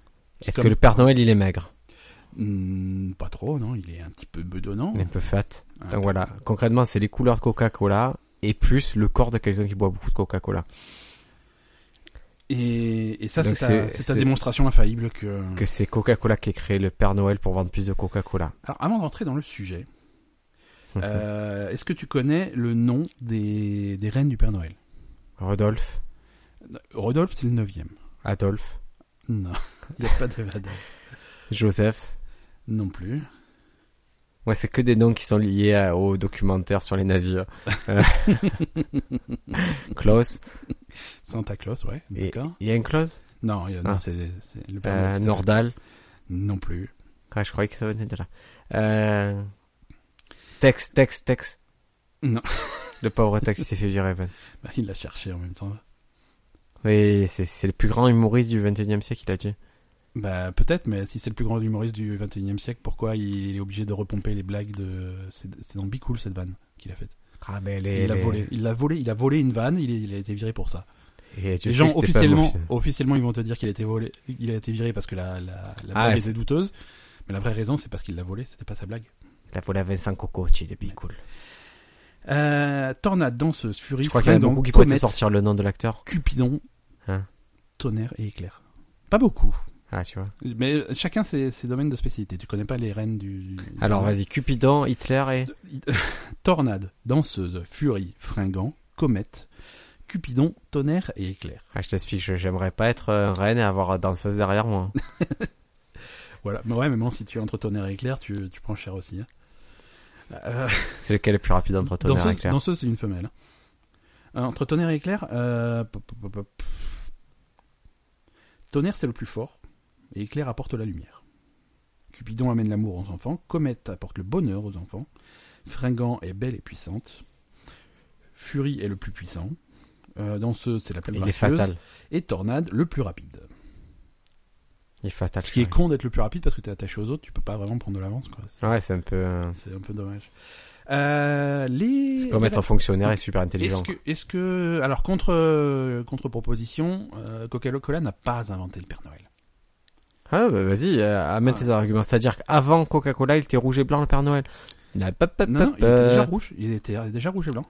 [SPEAKER 2] Est-ce
[SPEAKER 1] comme-
[SPEAKER 2] que le Père Noël, il est maigre
[SPEAKER 1] Hmm, pas trop, non, il est un petit peu bedonnant. hein.
[SPEAKER 2] Il est un peu fat.
[SPEAKER 1] Un peu-
[SPEAKER 2] Donc voilà, concrètement, c'est les couleurs de Coca-Cola et plus le corps de quelqu'un qui boit beaucoup de Coca-Cola.
[SPEAKER 1] Et, et ça, c'est
[SPEAKER 2] Donc
[SPEAKER 1] ta,
[SPEAKER 2] c'est-
[SPEAKER 1] c'est ta
[SPEAKER 2] c'est-
[SPEAKER 1] démonstration infaillible que...
[SPEAKER 2] Que c'est Coca-Cola qui a créé le Père Noël pour vendre plus de Coca-Cola. Hum,
[SPEAKER 1] Alors, avant d'entrer dans le sujet, euh, est-ce que tu connais le nom des, des reines du Père Noël
[SPEAKER 2] Rodolphe,
[SPEAKER 1] Rodolphe, c'est le neuvième.
[SPEAKER 2] Adolphe,
[SPEAKER 1] Non, il n'y a pas de Rodolphe.
[SPEAKER 2] Joseph.
[SPEAKER 1] Non plus.
[SPEAKER 2] Ouais, c'est que des noms qui sont liés à- au documentaire sur les nazis. Euh, *laughs* Klaus.
[SPEAKER 1] Santa Claus, ouais,
[SPEAKER 2] Et-
[SPEAKER 1] d'accord.
[SPEAKER 2] Il y a une Klaus
[SPEAKER 1] Non, il y a- non,
[SPEAKER 2] Ah.
[SPEAKER 1] c'est c'est le Père Noël,
[SPEAKER 2] euh,
[SPEAKER 1] c'est-
[SPEAKER 2] Nordal.
[SPEAKER 1] Non plus. *laughs*
[SPEAKER 2] Ah, je croyais que ça venait de là. Euh... Tex, Tex, Tex.
[SPEAKER 1] Non.
[SPEAKER 2] *laughs* Le pauvre Tex s'est fait virer, Ben.
[SPEAKER 1] Bah, il l'a cherché en même temps.
[SPEAKER 2] Oui, c'est c'est le plus grand humoriste du 21 e siècle, il a dit.
[SPEAKER 1] Bah peut-être, mais si c'est le plus grand humoriste du 21 e siècle, pourquoi il est obligé de repomper les blagues de... C'est c'est dans Be Cool cette vanne qu'il a faite.
[SPEAKER 2] Ah, mais les...
[SPEAKER 1] Il a volé. Il a volé. Il a volé une vanne. Il, est- il a été viré pour ça.
[SPEAKER 2] Et tu
[SPEAKER 1] les
[SPEAKER 2] sais
[SPEAKER 1] gens
[SPEAKER 2] que c'était pas
[SPEAKER 1] officiellement,
[SPEAKER 2] Mofi.
[SPEAKER 1] officiellement, ils vont te dire qu'il a été volé. Il a été viré parce que la la, la
[SPEAKER 2] Ah,
[SPEAKER 1] blague
[SPEAKER 2] ouais.
[SPEAKER 1] était douteuse. Mais la vraie raison, c'est parce qu'il l'a volé. C'était pas sa blague.
[SPEAKER 2] Il a volé à Vincent Cocotti depuis cool.
[SPEAKER 1] Euh, tornade, danseuse, furie,
[SPEAKER 2] Je crois qu'il y en a
[SPEAKER 1] fringant,
[SPEAKER 2] beaucoup qui pourraient te
[SPEAKER 1] comète,
[SPEAKER 2] sortir le nom de l'acteur.
[SPEAKER 1] Cupidon,
[SPEAKER 2] Hein.
[SPEAKER 1] tonnerre et éclair. Pas beaucoup.
[SPEAKER 2] Ah, tu vois.
[SPEAKER 1] Mais chacun ses, ses domaines de spécialité. Tu connais pas les reines du. du-
[SPEAKER 2] Alors,
[SPEAKER 1] du-
[SPEAKER 2] vas-y, Cupidon, Hitler et...
[SPEAKER 1] *laughs* Tornade, danseuse, furie, fringant, comète, Cupidon, tonnerre et éclair.
[SPEAKER 2] Ah, je t'explique, je- j'aimerais pas être euh, reine et avoir euh, danseuse derrière
[SPEAKER 1] *laughs*
[SPEAKER 2] moi.
[SPEAKER 1] Voilà. Mais ouais, mais bon, si tu es entre tonnerre et éclair, tu, tu prends cher aussi. hein. Euh,
[SPEAKER 2] C'est lequel est le plus rapide entre tonnerre et
[SPEAKER 1] danseuse,
[SPEAKER 2] Claire
[SPEAKER 1] danseuse, c'est une femelle. Euh, entre tonnerre et éclair, euh, pop, pop, pop, pop. tonnerre c'est le plus fort et éclair apporte la lumière. Cupidon amène l'amour aux enfants, comète apporte le bonheur aux enfants, fringant est belle et puissante, furie est le plus puissant, euh, danseuse c'est la plus
[SPEAKER 2] Il est
[SPEAKER 1] gracieuse,
[SPEAKER 2] fatal.
[SPEAKER 1] et tornade le plus rapide.
[SPEAKER 2] Il est fatal.
[SPEAKER 1] Ce qui est
[SPEAKER 2] ouais.
[SPEAKER 1] con d'être le plus rapide parce que t'es attaché aux autres, tu peux pas vraiment prendre de l'avance quoi. C'est-
[SPEAKER 2] Ouais, c'est un peu... euh,
[SPEAKER 1] C'est un peu dommage. Euh, les...
[SPEAKER 2] C'est comme être un fonctionnaire et super
[SPEAKER 1] Est-ce
[SPEAKER 2] intelligent.
[SPEAKER 1] que, est-ce que, alors contre euh, contre proposition, euh, Coca-Cola n'a pas inventé le Père Noël.
[SPEAKER 2] Ah bah vas-y, euh, amène
[SPEAKER 1] Ouais. Ah.
[SPEAKER 2] tes arguments. C'est-à-dire qu'avant Coca-Cola, il était rouge et blanc le Père Noël. Ah, pop, pop,
[SPEAKER 1] Non, non,
[SPEAKER 2] pop,
[SPEAKER 1] il était déjà
[SPEAKER 2] euh,
[SPEAKER 1] rouge. Il était déjà rouge et blanc.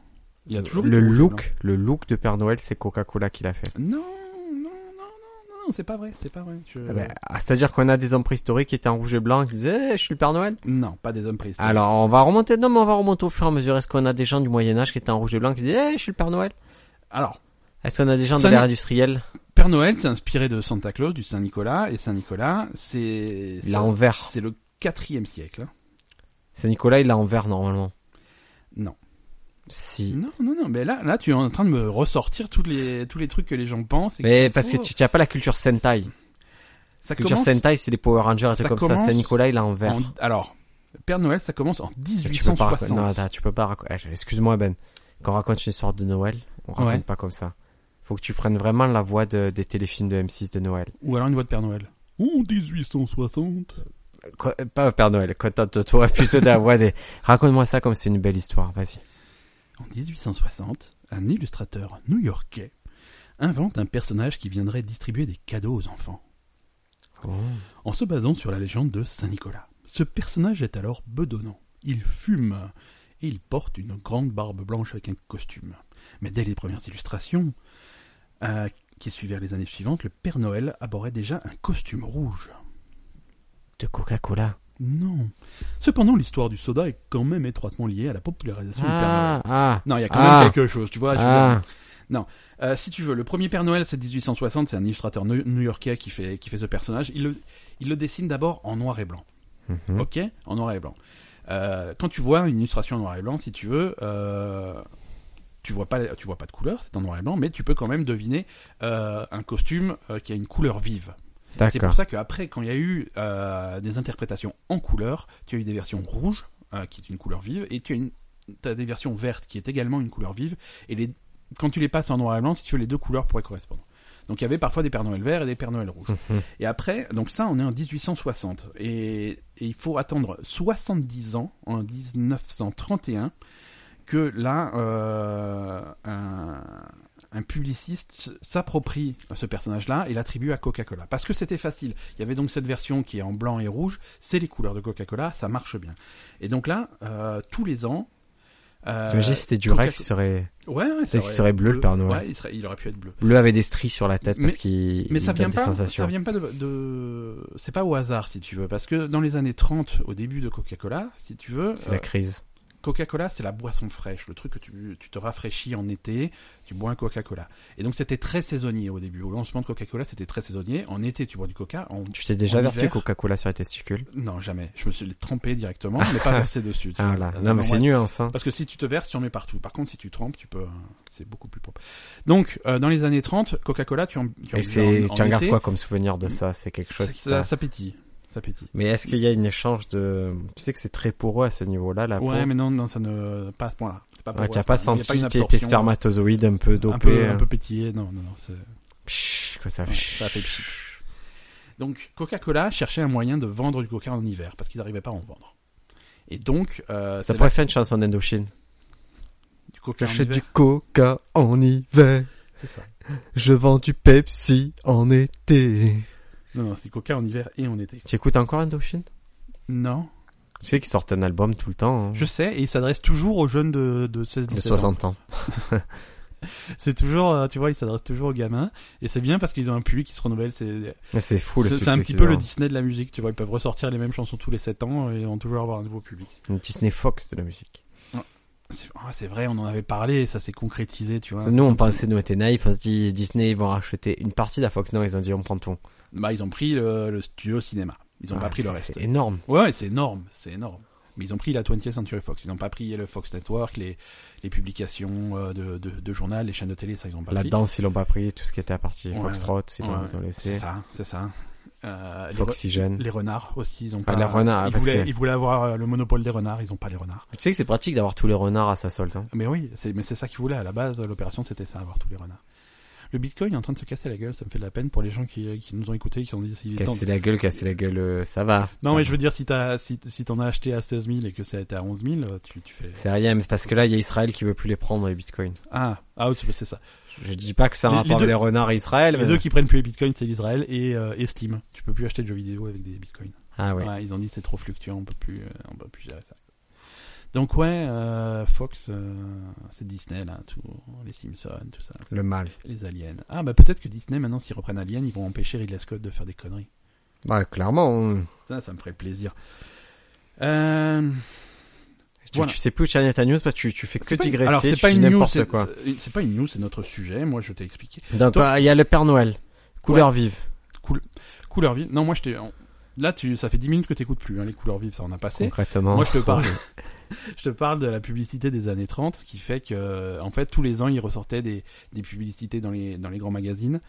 [SPEAKER 1] Il a toujours
[SPEAKER 2] le
[SPEAKER 1] été rouge et
[SPEAKER 2] look, le look de Père Noël, c'est Coca-Cola qui l'a fait.
[SPEAKER 1] blanc. Non, non, non, non, non, non, c'est pas vrai, c'est pas vrai. Je-
[SPEAKER 2] Ah ben, ah, C'est-à-dire qu'on a des hommes préhistoriques qui étaient en rouge et blanc qui disaient Eh, je suis le Père Noël."
[SPEAKER 1] Non, pas des hommes préhistoriques.
[SPEAKER 2] Alors, on va remonter, non, mais on va remonter au fur et à mesure. Est-ce qu'on a des gens du Moyen-Âge qui étaient en rouge et blanc qui disaient, eh, je suis le Père Noël? Ah.
[SPEAKER 1] Alors,
[SPEAKER 2] Est-ce qu'on a des gens
[SPEAKER 1] Ça
[SPEAKER 2] de l'ère
[SPEAKER 1] n'est-
[SPEAKER 2] industrielle?
[SPEAKER 1] Père Noël, c'est inspiré de Santa Claus, du Saint Nicolas, et Saint Nicolas, c'est
[SPEAKER 2] Il l'a en vert.
[SPEAKER 1] c'est le quatrième siècle. hein.
[SPEAKER 2] C'est Nicolas, il l'a en vert, normalement.
[SPEAKER 1] Non.
[SPEAKER 2] Si.
[SPEAKER 1] Non, non, non, mais là, là, tu es en train de me ressortir tous les tous les trucs que les gens pensent. et
[SPEAKER 2] Mais
[SPEAKER 1] qui-
[SPEAKER 2] parce que
[SPEAKER 1] Oh,
[SPEAKER 2] tu tu as pas la culture Sentai.
[SPEAKER 1] ça
[SPEAKER 2] La culture
[SPEAKER 1] commence
[SPEAKER 2] Sentai, c'est les Power Rangers et tout
[SPEAKER 1] ça
[SPEAKER 2] comme ça.
[SPEAKER 1] commence
[SPEAKER 2] Saint Nicolas, il est en vert.
[SPEAKER 1] en- alors, Père Noël, ça commence en
[SPEAKER 2] Tu peux pas
[SPEAKER 1] 1860.
[SPEAKER 2] raconter. Non, attends, tu peux pas raconter. Eh, Excuse-moi, Ben. Quand on raconte une histoire de Noël, on raconte
[SPEAKER 1] Ouais.
[SPEAKER 2] pas comme ça. Faut que tu prennes vraiment la voix de- des téléfilms de M6 de Noël.
[SPEAKER 1] Ou alors une voix de Père Noël. En 1860.
[SPEAKER 2] Quoi- euh, Pas Père Noël, contente-toi *laughs* plutôt de la voix des. Raconte-moi ça comme c'est une belle histoire, vas-y.
[SPEAKER 1] En 1860, un illustrateur new-yorkais invente un personnage qui viendrait distribuer des cadeaux aux enfants. Oh. en se basant sur la légende de Saint Nicolas. Ce personnage est alors bedonnant. Il fume et il porte une grande barbe blanche avec un costume. Mais dès les premières illustrations euh, qui suivirent les années suivantes, le Père Noël arborait déjà un costume rouge.
[SPEAKER 2] De Coca-Cola.
[SPEAKER 1] Non. Cependant, l'histoire du soda est quand même étroitement liée à la popularisation du Père Noël.
[SPEAKER 2] Ah, ah,
[SPEAKER 1] Non, il y a quand
[SPEAKER 2] Ah.
[SPEAKER 1] même quelque chose, tu vois. je veux dire,
[SPEAKER 2] ah.
[SPEAKER 1] euh, si tu veux, le premier Père Noël, c'est 1860, c'est un illustrateur new- new-yorkais qui fait, qui fait ce personnage. Il le, il le dessine d'abord en noir et blanc.
[SPEAKER 2] Mhm.
[SPEAKER 1] Ok En noir et blanc. Euh, quand tu vois une illustration en noir et blanc, si tu veux, euh, tu vois pas, tu vois pas de couleur, c'est en noir et blanc, mais tu peux quand même deviner euh, un costume euh, qui a une couleur vive. C'est pour
[SPEAKER 2] D'accord.
[SPEAKER 1] ça qu'après, quand il y a eu euh, des interprétations en couleur, tu as eu des versions rouges, euh, qui est une couleur vive, et tu as, une, t'as des versions vertes, qui est également une couleur vive, et les, quand tu les passes en noir et blanc, si tu veux, les deux couleurs pourraient correspondre. Donc il y avait parfois des Pères Noël verts et des Pères Noël rouges.
[SPEAKER 2] Mhm.
[SPEAKER 1] Et après, donc ça, on est en 1860. Et, et il faut attendre 70 ans, en 1931, que là, euh, un, un publiciste s'approprie ce personnage-là et l'attribue à Coca-Cola. Parce que c'était facile. Il y avait donc cette version qui est en blanc et rouge, c'est les couleurs de Coca-Cola, ça marche bien. Et donc là, euh, tous les ans... euh,
[SPEAKER 2] T'imagines si c'était du
[SPEAKER 1] Coca-
[SPEAKER 2] rêve, il serait.
[SPEAKER 1] Ouais, ouais,
[SPEAKER 2] C'est- il serait bleu, le Père Noël.
[SPEAKER 1] Ouais, il, serait- il aurait pu être bleu.
[SPEAKER 2] Bleu avait des stries sur la tête
[SPEAKER 1] Mais-
[SPEAKER 2] parce qu'il.
[SPEAKER 1] Mais
[SPEAKER 2] il
[SPEAKER 1] ça
[SPEAKER 2] donne
[SPEAKER 1] vient,
[SPEAKER 2] des
[SPEAKER 1] pas,
[SPEAKER 2] sensations.
[SPEAKER 1] ça vient pas de... de- C'est pas au hasard, si tu veux. Parce que dans les années 30, au début de Coca-Cola, si tu veux...
[SPEAKER 2] C'est
[SPEAKER 1] euh,
[SPEAKER 2] la crise.
[SPEAKER 1] Coca-Cola, c'est la boisson fraîche, le truc que tu, tu te rafraîchis en été, tu bois un Coca-Cola. Et donc c'était très saisonnier au début. Au lancement de Coca-Cola, c'était très saisonnier. En été, tu bois du Coca. En...
[SPEAKER 2] Tu t'es déjà
[SPEAKER 1] en
[SPEAKER 2] versé
[SPEAKER 1] hiver-
[SPEAKER 2] Coca-Cola sur les testicules
[SPEAKER 1] Non, jamais. Je me suis trempé directement, mais
[SPEAKER 2] *laughs*
[SPEAKER 1] pas versé dessus. tu
[SPEAKER 2] Ah
[SPEAKER 1] vois.
[SPEAKER 2] là.
[SPEAKER 1] Euh,
[SPEAKER 2] Non, mais
[SPEAKER 1] ouais.
[SPEAKER 2] c'est nuance, hein.
[SPEAKER 1] Parce que si tu te verses, tu en mets partout. Par contre, si tu trempes, tu peux. euh, C'est beaucoup plus propre. Donc, euh, dans les années 30, Coca-Cola, tu en, tu en
[SPEAKER 2] Et
[SPEAKER 1] buvais
[SPEAKER 2] c'est,
[SPEAKER 1] en- en
[SPEAKER 2] tu en gardes
[SPEAKER 1] été.
[SPEAKER 2] quoi comme souvenir de ça C'est quelque chose
[SPEAKER 1] ça,
[SPEAKER 2] qui
[SPEAKER 1] ça-
[SPEAKER 2] t'a-
[SPEAKER 1] ça pétille. Ça pétille.
[SPEAKER 2] Mais est-ce qu'il y a une échange de Tu sais que c'est très poreux à ce niveau-là, la
[SPEAKER 1] Ouais,
[SPEAKER 2] peau.
[SPEAKER 1] mais non, non, ça ne. Pas à ce point-là. C'est Pas
[SPEAKER 2] Ah Ouais,
[SPEAKER 1] pour-
[SPEAKER 2] t'as pas
[SPEAKER 1] il y a
[SPEAKER 2] senti
[SPEAKER 1] une
[SPEAKER 2] tes, tes
[SPEAKER 1] absorption,
[SPEAKER 2] spermatozoïdes un peu
[SPEAKER 1] un
[SPEAKER 2] dopés,
[SPEAKER 1] peu, un
[SPEAKER 2] euh,
[SPEAKER 1] peu pétillé. Non, non, non. c'est-
[SPEAKER 2] pshh, que ça.
[SPEAKER 1] Ouais, ça fait pchit. Donc Coca-Cola cherchait un moyen de vendre du coca en hiver parce qu'ils n'arrivaient pas à en vendre. Et donc euh,
[SPEAKER 2] Ça
[SPEAKER 1] c'est
[SPEAKER 2] pourrait faire une chanson
[SPEAKER 1] là-
[SPEAKER 2] d'Indochine.
[SPEAKER 1] du coca en
[SPEAKER 2] J'achète
[SPEAKER 1] hiver.
[SPEAKER 2] du coca en hiver.
[SPEAKER 1] C'est ça.
[SPEAKER 2] Je vends du Pepsi en été.
[SPEAKER 1] Non non, c'est du coca en hiver et en été.
[SPEAKER 2] Tu écoutes encore Indochine
[SPEAKER 1] Non,
[SPEAKER 2] Tu sais qu'ils sortent un album tout le temps. hein,
[SPEAKER 1] je sais et il s'adresse toujours aux jeunes de de 16
[SPEAKER 2] de
[SPEAKER 1] 17 ans.
[SPEAKER 2] 60 ans.
[SPEAKER 1] C'est toujours euh, tu vois, il s'adresse toujours aux gamins et c'est bien parce qu'ils ont un public qui se renouvelle, c'est
[SPEAKER 2] Mais c'est fou le
[SPEAKER 1] c'est-
[SPEAKER 2] succès.
[SPEAKER 1] c'est un petit
[SPEAKER 2] qu'ils
[SPEAKER 1] peu le
[SPEAKER 2] ont.
[SPEAKER 1] Disney de la musique, tu vois, ils peuvent ressortir les mêmes chansons tous les 7 ans et vont toujours avoir un nouveau public.
[SPEAKER 2] Disney Fox de la musique.
[SPEAKER 1] C'est ah, c'est vrai, on en avait parlé, et ça s'est concrétisé, tu vois.
[SPEAKER 2] Nous, on pensait, nous, on était naïfs, on se dit, Disney, ils vont racheter une partie de la Fox. Non, ils ont dit, on prend tout.
[SPEAKER 1] Bah ils ont pris le, le studio cinéma. Ils ont
[SPEAKER 2] Ah,
[SPEAKER 1] pas pris le
[SPEAKER 2] c'est-
[SPEAKER 1] reste.
[SPEAKER 2] C'est énorme.
[SPEAKER 1] Ouais, ouais, c'est énorme, c'est énorme. Mais ils ont pris la 20th Century Fox, ils n'ont pas pris le Fox Network, les, les publications euh, de, de, de journal, les chaînes de télé, ça ils ont pas
[SPEAKER 2] La
[SPEAKER 1] pris.
[SPEAKER 2] danse, ils l'ont pas pris. Tout ce qui était à partir
[SPEAKER 1] Ouais,
[SPEAKER 2] Foxtrot, ils l'ont-
[SPEAKER 1] ouais,
[SPEAKER 2] ils ont
[SPEAKER 1] C'est
[SPEAKER 2] laissé.
[SPEAKER 1] ça, c'est ça. Euh, les, re-
[SPEAKER 2] Foxygène.
[SPEAKER 1] les renards aussi, ils ont
[SPEAKER 2] Ah,
[SPEAKER 1] pas.
[SPEAKER 2] les renards,
[SPEAKER 1] ils,
[SPEAKER 2] parce
[SPEAKER 1] voulaient,
[SPEAKER 2] que-
[SPEAKER 1] ils voulaient avoir euh, le monopole des renards, ils ont pas les renards.
[SPEAKER 2] Tu sais que c'est pratique d'avoir tous les renards à sa solde. hein.
[SPEAKER 1] Mais oui, c'est mais c'est ça qu'ils voulaient à la base. L'opération, c'était ça, avoir tous les renards. Le Bitcoin est en train de se casser la gueule, ça me fait de la peine pour les gens qui, qui nous ont écoutés, qui ont dit s'il est temps.
[SPEAKER 2] Casser la gueule, casser la gueule, euh, ça va.
[SPEAKER 1] Non,
[SPEAKER 2] Ça
[SPEAKER 1] mais
[SPEAKER 2] va.
[SPEAKER 1] je veux dire, si t'as si, si t'en as acheté à 16 000 et que ça a été à 11 000, euh, tu, tu fais.
[SPEAKER 2] C'est rien, mais c'est parce que là, il y a Israël qui veut plus les prendre, les bitcoins.
[SPEAKER 1] Ah, ah, oui, c'est ça.
[SPEAKER 2] Je dis pas que ça a un
[SPEAKER 1] Les- les
[SPEAKER 2] rapport avec
[SPEAKER 1] deux-
[SPEAKER 2] les renards et Israël,
[SPEAKER 1] Les
[SPEAKER 2] mais.
[SPEAKER 1] deux qui prennent plus les bitcoins, c'est l'Israël et, euh, et Steam. Tu peux plus acheter de jeux vidéo avec des bitcoins.
[SPEAKER 2] Ah ouais.
[SPEAKER 1] Ouais, ils ont dit c'est trop fluctuant, on peut plus, euh, on peut plus gérer ça. Donc ouais, euh, Fox, euh, c'est Disney là, tout, les Simpsons, tout ça,
[SPEAKER 2] Le mal.
[SPEAKER 1] les aliens. Ah bah peut-être que Disney maintenant s'ils reprennent Alien, ils vont empêcher Ridley Scott de faire des conneries.
[SPEAKER 2] Bah, clairement, on-
[SPEAKER 1] Ça, ça me ferait plaisir. Euh,
[SPEAKER 2] tu,
[SPEAKER 1] Voilà.
[SPEAKER 2] tu sais plus où tirer ta news parce que tu, tu fais que
[SPEAKER 1] c'est pas une-
[SPEAKER 2] digresser,
[SPEAKER 1] Alors c'est
[SPEAKER 2] tu
[SPEAKER 1] pas
[SPEAKER 2] dis
[SPEAKER 1] une news,
[SPEAKER 2] n'importe
[SPEAKER 1] c'est
[SPEAKER 2] quoi.
[SPEAKER 1] c'est- c'est pas une news, c'est notre sujet. Moi, je t'ai expliqué.
[SPEAKER 2] Donc,
[SPEAKER 1] Toi-
[SPEAKER 2] bah, Il y a le Père Noël, couleur vive.
[SPEAKER 1] Couleur vive. Non, moi je t'ai. Là, tu, ça fait 10 minutes que t'écoutes plus hein, les couleurs vives, ça on a passé.
[SPEAKER 2] Concrètement.
[SPEAKER 1] Moi, je te parle. *laughs* je te parle de la publicité des années 30 qui fait que, euh, en fait, tous les ans, il ressortait des, des publicités dans les, dans les grands magazines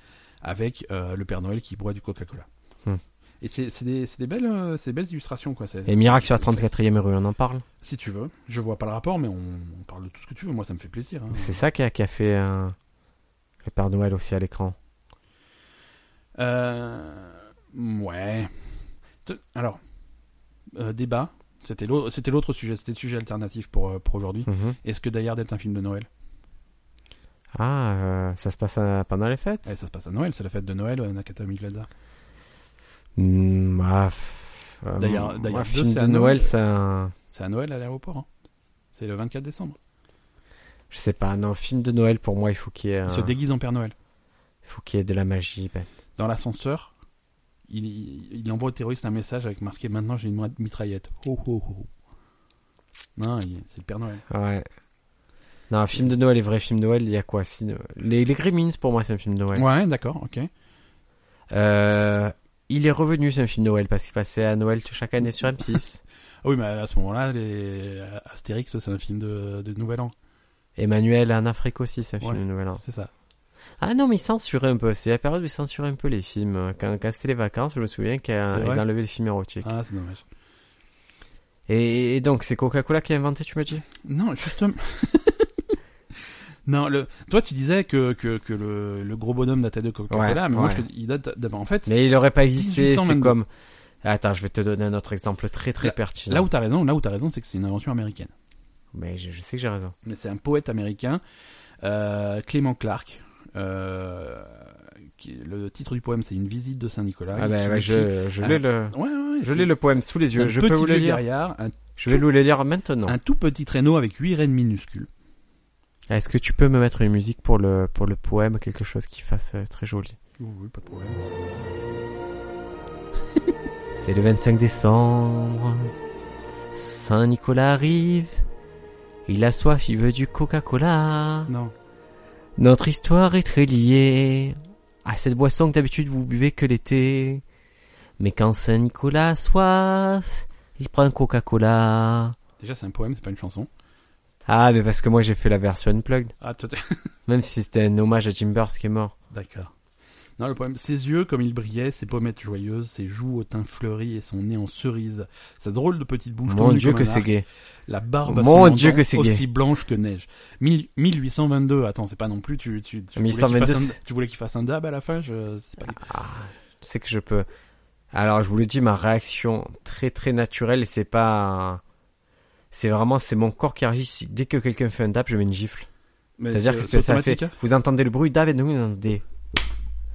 [SPEAKER 1] avec euh, le Père Noël qui boit du Coca-Cola.
[SPEAKER 2] Hmm.
[SPEAKER 1] Et c'est c'est des, c'est des belles, euh, c'est des belles illustrations, quoi. c'est-
[SPEAKER 2] Et Miracle sur la 34e rue, on en parle.
[SPEAKER 1] Si tu veux. Je vois pas le rapport, mais on, on parle de tout ce que tu veux. Moi, ça me fait plaisir. hein.
[SPEAKER 2] C'est ça qui a, qui a fait euh, le Père Noël aussi à l'écran.
[SPEAKER 1] Euh, ouais. Te- Alors, euh, débat. C'était l'au- c'était l'autre sujet. C'était le sujet alternatif pour, euh, pour aujourd'hui.
[SPEAKER 2] Mhm.
[SPEAKER 1] Est-ce que Die Hard est un film de Noël
[SPEAKER 2] Ah, euh, ça se passe à- pendant les fêtes
[SPEAKER 1] Eh, ça se passe à Noël, c'est la fête de Noël, euh, Nakatomi Plaza.
[SPEAKER 2] Hmm, bah, f- euh,
[SPEAKER 1] D'ailleurs-
[SPEAKER 2] moi,
[SPEAKER 1] d'ailleurs, deux,
[SPEAKER 2] film
[SPEAKER 1] c'est
[SPEAKER 2] de
[SPEAKER 1] un
[SPEAKER 2] Noël,
[SPEAKER 1] homme.
[SPEAKER 2] c'est un...
[SPEAKER 1] C'est à Noël à l'aéroport. hein. C'est le 24 décembre.
[SPEAKER 2] Je sais pas, non, film de Noël, pour moi, il faut qu'il y ait,
[SPEAKER 1] Il
[SPEAKER 2] un-
[SPEAKER 1] se déguise en Père Noël.
[SPEAKER 2] il faut qu'il y ait de la magie. ben.
[SPEAKER 1] Dans l'ascenseur, il, il envoie au terroriste un message avec marqué Maintenant j'ai une ma- mitraillette. Oh, Ho, ho, ho. Non, il- c'est le Père Noël.
[SPEAKER 2] Ouais. Non, un film de Noël, les vrais films de Noël, il y a quoi si- Les, les Gremlins, pour moi, c'est un film de
[SPEAKER 1] Ouais,
[SPEAKER 2] Noël.
[SPEAKER 1] d'accord, ok. Ah
[SPEAKER 2] Euh, il est revenu, c'est un film de Noël, parce qu'il passait à Noël chaque année sur *laughs* M6.
[SPEAKER 1] Ah oui, mais à ce moment-là, les... Astérix, c'est un film de, de Nouvel An.
[SPEAKER 2] Emmanuel en Afrique aussi, c'est un film
[SPEAKER 1] Ouais.
[SPEAKER 2] de Noël. hein.
[SPEAKER 1] C'est ça.
[SPEAKER 2] Ah non, mais ils censuraient un peu. C'est la période où ils censuraient un peu les films. Quand, quand c'était les vacances, je me souviens qu'ils
[SPEAKER 1] C'est vrai
[SPEAKER 2] enlevaient les films érotiques.
[SPEAKER 1] Ah, c'est dommage.
[SPEAKER 2] Et, et donc, c'est Coca-Cola qui a inventé, tu me dis
[SPEAKER 1] Non, justement. *laughs* non, le... toi, tu disais que, que, que le, le gros bonhomme datait de Coca-Cola,
[SPEAKER 2] Ouais,
[SPEAKER 1] mais moi,
[SPEAKER 2] ouais.
[SPEAKER 1] je te... il date d'abord. En fait,
[SPEAKER 2] Mais il aurait pas existé, c'est
[SPEAKER 1] 1822.
[SPEAKER 2] comme... Attends, je vais te donner un autre exemple très très
[SPEAKER 1] Là-
[SPEAKER 2] pertinent.
[SPEAKER 1] là où t'as raison, là où t'as raison, c'est que c'est une invention américaine.
[SPEAKER 2] Mais je, je sais que j'ai raison.
[SPEAKER 1] mais c'est un poète américain, euh, Clément Clark. euh, qui- le titre du poème, c'est Une visite de Saint-Nicolas.
[SPEAKER 2] Ah, ben,
[SPEAKER 1] Qui
[SPEAKER 2] ouais,
[SPEAKER 1] décrit-
[SPEAKER 2] je, je
[SPEAKER 1] Ah.
[SPEAKER 2] l'ai le...
[SPEAKER 1] Ouais, ouais, ouais,
[SPEAKER 2] Je
[SPEAKER 1] c'est-
[SPEAKER 2] l'ai le poème sous les
[SPEAKER 1] c'est un
[SPEAKER 2] yeux, je
[SPEAKER 1] petit
[SPEAKER 2] peux vous le
[SPEAKER 1] vieux
[SPEAKER 2] lire.
[SPEAKER 1] guerriard, un,
[SPEAKER 2] Je vais vous le lire maintenant.
[SPEAKER 1] un tout petit traîneau avec huit rennes minuscules.
[SPEAKER 2] Est-ce que tu peux me mettre une musique pour le, pour le poème, quelque chose qui fasse euh, très joli
[SPEAKER 1] Oui, oui, pas de problème.
[SPEAKER 2] C'est le 25 décembre. Saint-Nicolas arrive. Il a soif, il veut du Coca-Cola.
[SPEAKER 1] Non.
[SPEAKER 2] Notre histoire est très liée à cette boisson que d'habitude vous buvez que l'été. Mais quand Saint-Nicolas a soif, il prend un Coca-Cola.
[SPEAKER 1] Déjà, c'est un poème, c'est pas une chanson.
[SPEAKER 2] Ah, mais parce que moi j'ai fait la version unplugged.
[SPEAKER 1] Ah, toi, t'es-
[SPEAKER 2] Même si c'était un hommage à Jim Burns qui est mort.
[SPEAKER 1] *laughs* D'accord. Non, le poème. Ses yeux, comme ils brillaient, ses pommettes joyeuses, ses joues au teint fleuri et son nez en cerise. Sa drôle de petite bouche
[SPEAKER 2] Mon
[SPEAKER 1] tendue
[SPEAKER 2] dieu
[SPEAKER 1] comme un
[SPEAKER 2] que c'est
[SPEAKER 1] arc.
[SPEAKER 2] gay.
[SPEAKER 1] La barbe à
[SPEAKER 2] Mon
[SPEAKER 1] son
[SPEAKER 2] Dieu
[SPEAKER 1] menton,
[SPEAKER 2] que c'est gay.
[SPEAKER 1] aussi blanche que neige. Mille- 1822, attends, c'est pas non plus tu tu, tu voulais qu'il
[SPEAKER 2] 1822,
[SPEAKER 1] fasse un- tu voulais qu'il fasse un dab à la fin, je c'est pas
[SPEAKER 2] Ah, tu sais que je peux. Alors, je vous le dis, ma réaction très très naturelle, et c'est pas. C'est vraiment, c'est mon corps qui réagit. Si- Dès que quelqu'un fait un dab, je mets une gifle.
[SPEAKER 1] Mais
[SPEAKER 2] C'est-à-dire que
[SPEAKER 1] Euh, c'est
[SPEAKER 2] c'est- ça
[SPEAKER 1] automatique,
[SPEAKER 2] fait.
[SPEAKER 1] hein
[SPEAKER 2] Vous entendez le bruit dab et nous, vous entendez.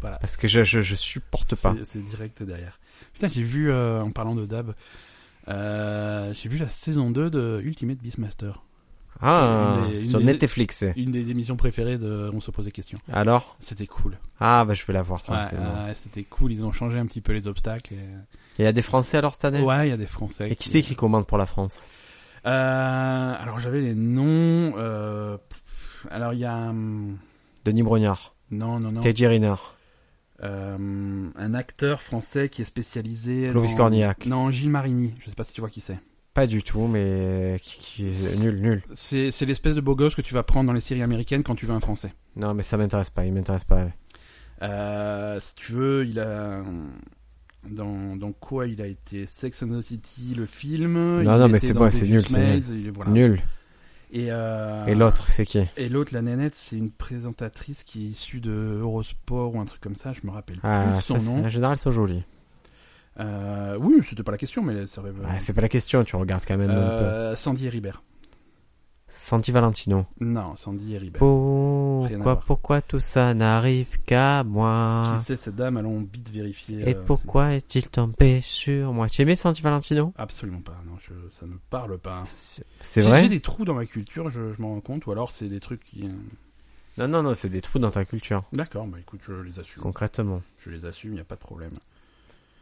[SPEAKER 1] Voilà.
[SPEAKER 2] Parce que je, je, je supporte pas.
[SPEAKER 1] C'est- c'est direct derrière. Putain, j'ai vu euh, en parlant de dab euh, j'ai vu la saison 2 de Ultimate Beastmaster,
[SPEAKER 2] Ah,
[SPEAKER 1] une des- une
[SPEAKER 2] sur
[SPEAKER 1] des-
[SPEAKER 2] Netflix. c'est.
[SPEAKER 1] une des émissions préférées de On se pose des questions.
[SPEAKER 2] Alors
[SPEAKER 1] C'était cool.
[SPEAKER 2] Ah, bah je vais la voir
[SPEAKER 1] Ouais,
[SPEAKER 2] tranquillement.
[SPEAKER 1] ouais, c'était cool, ils ont changé un petit peu les obstacles et-
[SPEAKER 2] Il y a des Français alors cette année
[SPEAKER 1] Ouais, il y a des Français.
[SPEAKER 2] Et qui c'est qui commande pour la France
[SPEAKER 1] Euh, alors j'avais les noms. euh, alors il y a hum,
[SPEAKER 2] Denis Brognard,
[SPEAKER 1] non non non.
[SPEAKER 2] Teddy Riner.
[SPEAKER 1] Euh, un acteur français qui est spécialisé.
[SPEAKER 2] Clovis
[SPEAKER 1] dans-
[SPEAKER 2] Cornillac.
[SPEAKER 1] Non Gilles Marini. Je sais pas si tu vois qui c'est.
[SPEAKER 2] Pas du tout, mais qui, qui est nul, nul.
[SPEAKER 1] C'est c'est l'espèce de beau gosse que tu vas prendre dans les séries américaines quand tu veux un français.
[SPEAKER 2] Non, mais ça m'intéresse pas, il m'intéresse pas.
[SPEAKER 1] Euh, si tu veux, il a. Dans, dans quoi il a été Sex and the City, le film. il
[SPEAKER 2] non, mais
[SPEAKER 1] était
[SPEAKER 2] c'est
[SPEAKER 1] dans
[SPEAKER 2] bon,
[SPEAKER 1] The
[SPEAKER 2] c'est nul,
[SPEAKER 1] Fifth
[SPEAKER 2] c'est nul.
[SPEAKER 1] Maids, il est- voilà.
[SPEAKER 2] Nul.
[SPEAKER 1] Et, euh,
[SPEAKER 2] Et l'autre, c'est qui
[SPEAKER 1] Et l'autre, la nénette, c'est une présentatrice qui est issue de Eurosport ou un truc comme ça, je me rappelle plus
[SPEAKER 2] Ah,
[SPEAKER 1] de son
[SPEAKER 2] ça, c'est-
[SPEAKER 1] nom.
[SPEAKER 2] en général, c'est joli.
[SPEAKER 1] Euh, oui, c'était pas la question, mais ça aurait-
[SPEAKER 2] Ah, c'est pas la question, tu regardes quand même un peu.
[SPEAKER 1] Euh, Sandy et Euh, Ribert.
[SPEAKER 2] Santi Valentino.
[SPEAKER 1] Non, Sandy et Ribert.
[SPEAKER 2] Oh,
[SPEAKER 1] ben, rien à
[SPEAKER 2] Pourquoi,
[SPEAKER 1] voir.
[SPEAKER 2] pourquoi tout ça n'arrive qu'à moi
[SPEAKER 1] Qui c'est cette dame Allons vite vérifier.
[SPEAKER 2] Et
[SPEAKER 1] euh,
[SPEAKER 2] pourquoi est-il tombé sur moi Tu aimais Santi Valentino
[SPEAKER 1] c'est- Absolument pas. Non, je- ça ne parle pas.
[SPEAKER 2] C'est
[SPEAKER 1] J'ai- J'ai
[SPEAKER 2] vrai
[SPEAKER 1] des trous dans ma culture, je, je m'en rends compte, ou alors c'est des trucs qui. euh,
[SPEAKER 2] Non, non, non, c'est des trous dans ta culture,
[SPEAKER 1] D'accord, bah écoute, je les assume.
[SPEAKER 2] concrètement.
[SPEAKER 1] Je les assume, il n'y a pas de problème.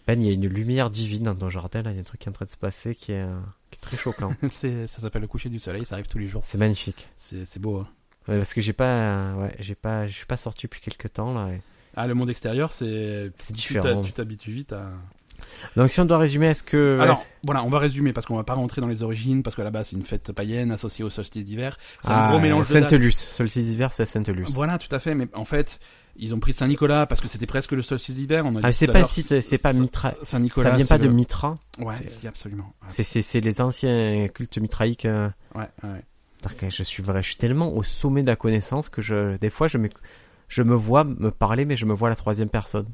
[SPEAKER 2] Ben, il y a une lumière divine dans ton jardin, là, il y a un truc qui est en train de se passer qui est, euh, qui est très
[SPEAKER 1] *laughs*
[SPEAKER 2] choquant.
[SPEAKER 1] *laughs* C'est- ça s'appelle le coucher du soleil, ça arrive tous les jours.
[SPEAKER 2] c'est magnifique.
[SPEAKER 1] C'est c'est beau. hein.
[SPEAKER 2] Ouais, parce que j'ai pas, euh, ouais, j'ai pas, je suis pas sorti depuis quelques temps, là. et
[SPEAKER 1] Ah, le monde extérieur, c'est. tu t'a-
[SPEAKER 2] C'est différent.
[SPEAKER 1] Tu t'habitues vite à.
[SPEAKER 2] Donc, si on doit résumer, est-ce que...
[SPEAKER 1] Alors, voilà, on va résumer parce qu'on va pas rentrer dans les origines, parce qu'à la base, c'est une fête païenne associée aux sociétés d'hiver. C'est un
[SPEAKER 2] Ah,
[SPEAKER 1] gros mélange de dates.
[SPEAKER 2] Sainte-Luce. Solstice d'hiver, c'est Sainte-Luce.
[SPEAKER 1] Voilà, tout à fait, mais en fait, ils ont pris Saint-Nicolas parce que c'était presque le solstice d'hiver. On a
[SPEAKER 2] Ah,
[SPEAKER 1] dit
[SPEAKER 2] mais c'est
[SPEAKER 1] tout à
[SPEAKER 2] pas
[SPEAKER 1] l'heure,
[SPEAKER 2] si, c'est c'est pas
[SPEAKER 1] Saint-
[SPEAKER 2] Mitra.
[SPEAKER 1] Saint-Nicolas.
[SPEAKER 2] ça vient
[SPEAKER 1] c'est
[SPEAKER 2] pas de
[SPEAKER 1] le-
[SPEAKER 2] Mitra.
[SPEAKER 1] Ouais, si, absolument. Ah,
[SPEAKER 2] C'est- C'est c'est les anciens cultes mitraïques. euh,
[SPEAKER 1] Ouais, ouais.
[SPEAKER 2] Putain, Je suis vrai, je suis tellement au sommet de la connaissance que je, des fois, je me, je me vois me parler, mais je me vois la troisième personne.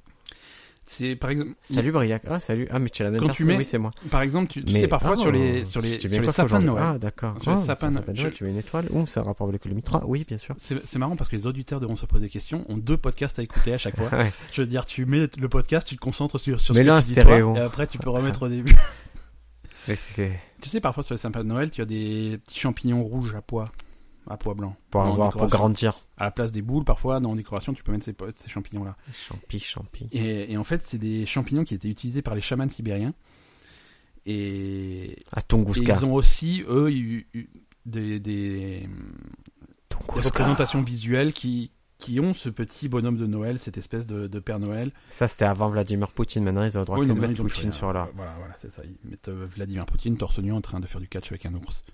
[SPEAKER 1] C'est, par exemple,
[SPEAKER 2] Salut Briac. Ah, salut. Ah, mais tu es la même
[SPEAKER 1] Quand tu
[SPEAKER 2] personne.
[SPEAKER 1] mets-
[SPEAKER 2] Oui, c'est moi.
[SPEAKER 1] par exemple, tu, tu
[SPEAKER 2] Mais-
[SPEAKER 1] sais, parfois,
[SPEAKER 2] Ah,
[SPEAKER 1] sur les, sur les,
[SPEAKER 2] j'étais
[SPEAKER 1] sur
[SPEAKER 2] bien
[SPEAKER 1] les
[SPEAKER 2] coiffé
[SPEAKER 1] sapins de
[SPEAKER 2] aujourd'hui.
[SPEAKER 1] Noël.
[SPEAKER 2] Ah, d'accord.
[SPEAKER 1] Sur les
[SPEAKER 2] Ah,
[SPEAKER 1] sapins
[SPEAKER 2] sur
[SPEAKER 1] de-
[SPEAKER 2] de Noël,
[SPEAKER 1] je-
[SPEAKER 2] Tu mets une étoile. Ouh, ça a un rapport avec le mitra. Oui, bien sûr.
[SPEAKER 1] C'est c'est marrant parce que les auditeurs devront se poser des questions, ont deux podcasts à écouter à
[SPEAKER 2] *laughs*
[SPEAKER 1] chaque fois.
[SPEAKER 2] Ouais.
[SPEAKER 1] Je veux dire, tu mets le podcast, tu te concentres sur, sur ce
[SPEAKER 2] Mets-le
[SPEAKER 1] que
[SPEAKER 2] en
[SPEAKER 1] tu dis toi,
[SPEAKER 2] stéréo.
[SPEAKER 1] et après tu peux remettre au
[SPEAKER 2] *laughs*
[SPEAKER 1] début.
[SPEAKER 2] Mais c'est
[SPEAKER 1] tu sais, parfois sur les sapins de Noël, tu as des petits champignons rouges à pois, à pois blanc.
[SPEAKER 2] pour
[SPEAKER 1] En
[SPEAKER 2] avoir, pour
[SPEAKER 1] décoration.
[SPEAKER 2] grandir.
[SPEAKER 1] À la place des boules, parfois, dans la décoration, tu peux mettre ces, po- ces champignons-là.
[SPEAKER 2] Champi, champi.
[SPEAKER 1] Et, et en fait, c'est des champignons qui étaient utilisés par les chamans sibériens. Et, et
[SPEAKER 2] À
[SPEAKER 1] ils
[SPEAKER 2] Tunguska.
[SPEAKER 1] ont aussi, eux, eu, eu des, des, des
[SPEAKER 2] Tunguska.
[SPEAKER 1] représentations visuelles qui, qui ont ce petit bonhomme de Noël, cette espèce de, de Père Noël. Oh,
[SPEAKER 2] Ça, c'était avant Vladimir Poutine. Maintenant, ils ont le droit
[SPEAKER 1] Oui,
[SPEAKER 2] de
[SPEAKER 1] non, mais
[SPEAKER 2] mettre
[SPEAKER 1] ils ont plus
[SPEAKER 2] Poutine
[SPEAKER 1] rien.
[SPEAKER 2] sur leur.
[SPEAKER 1] Voilà, voilà, c'est ça. Ils mettent euh, Vladimir Poutine torse nu en train de faire du catch avec un ours.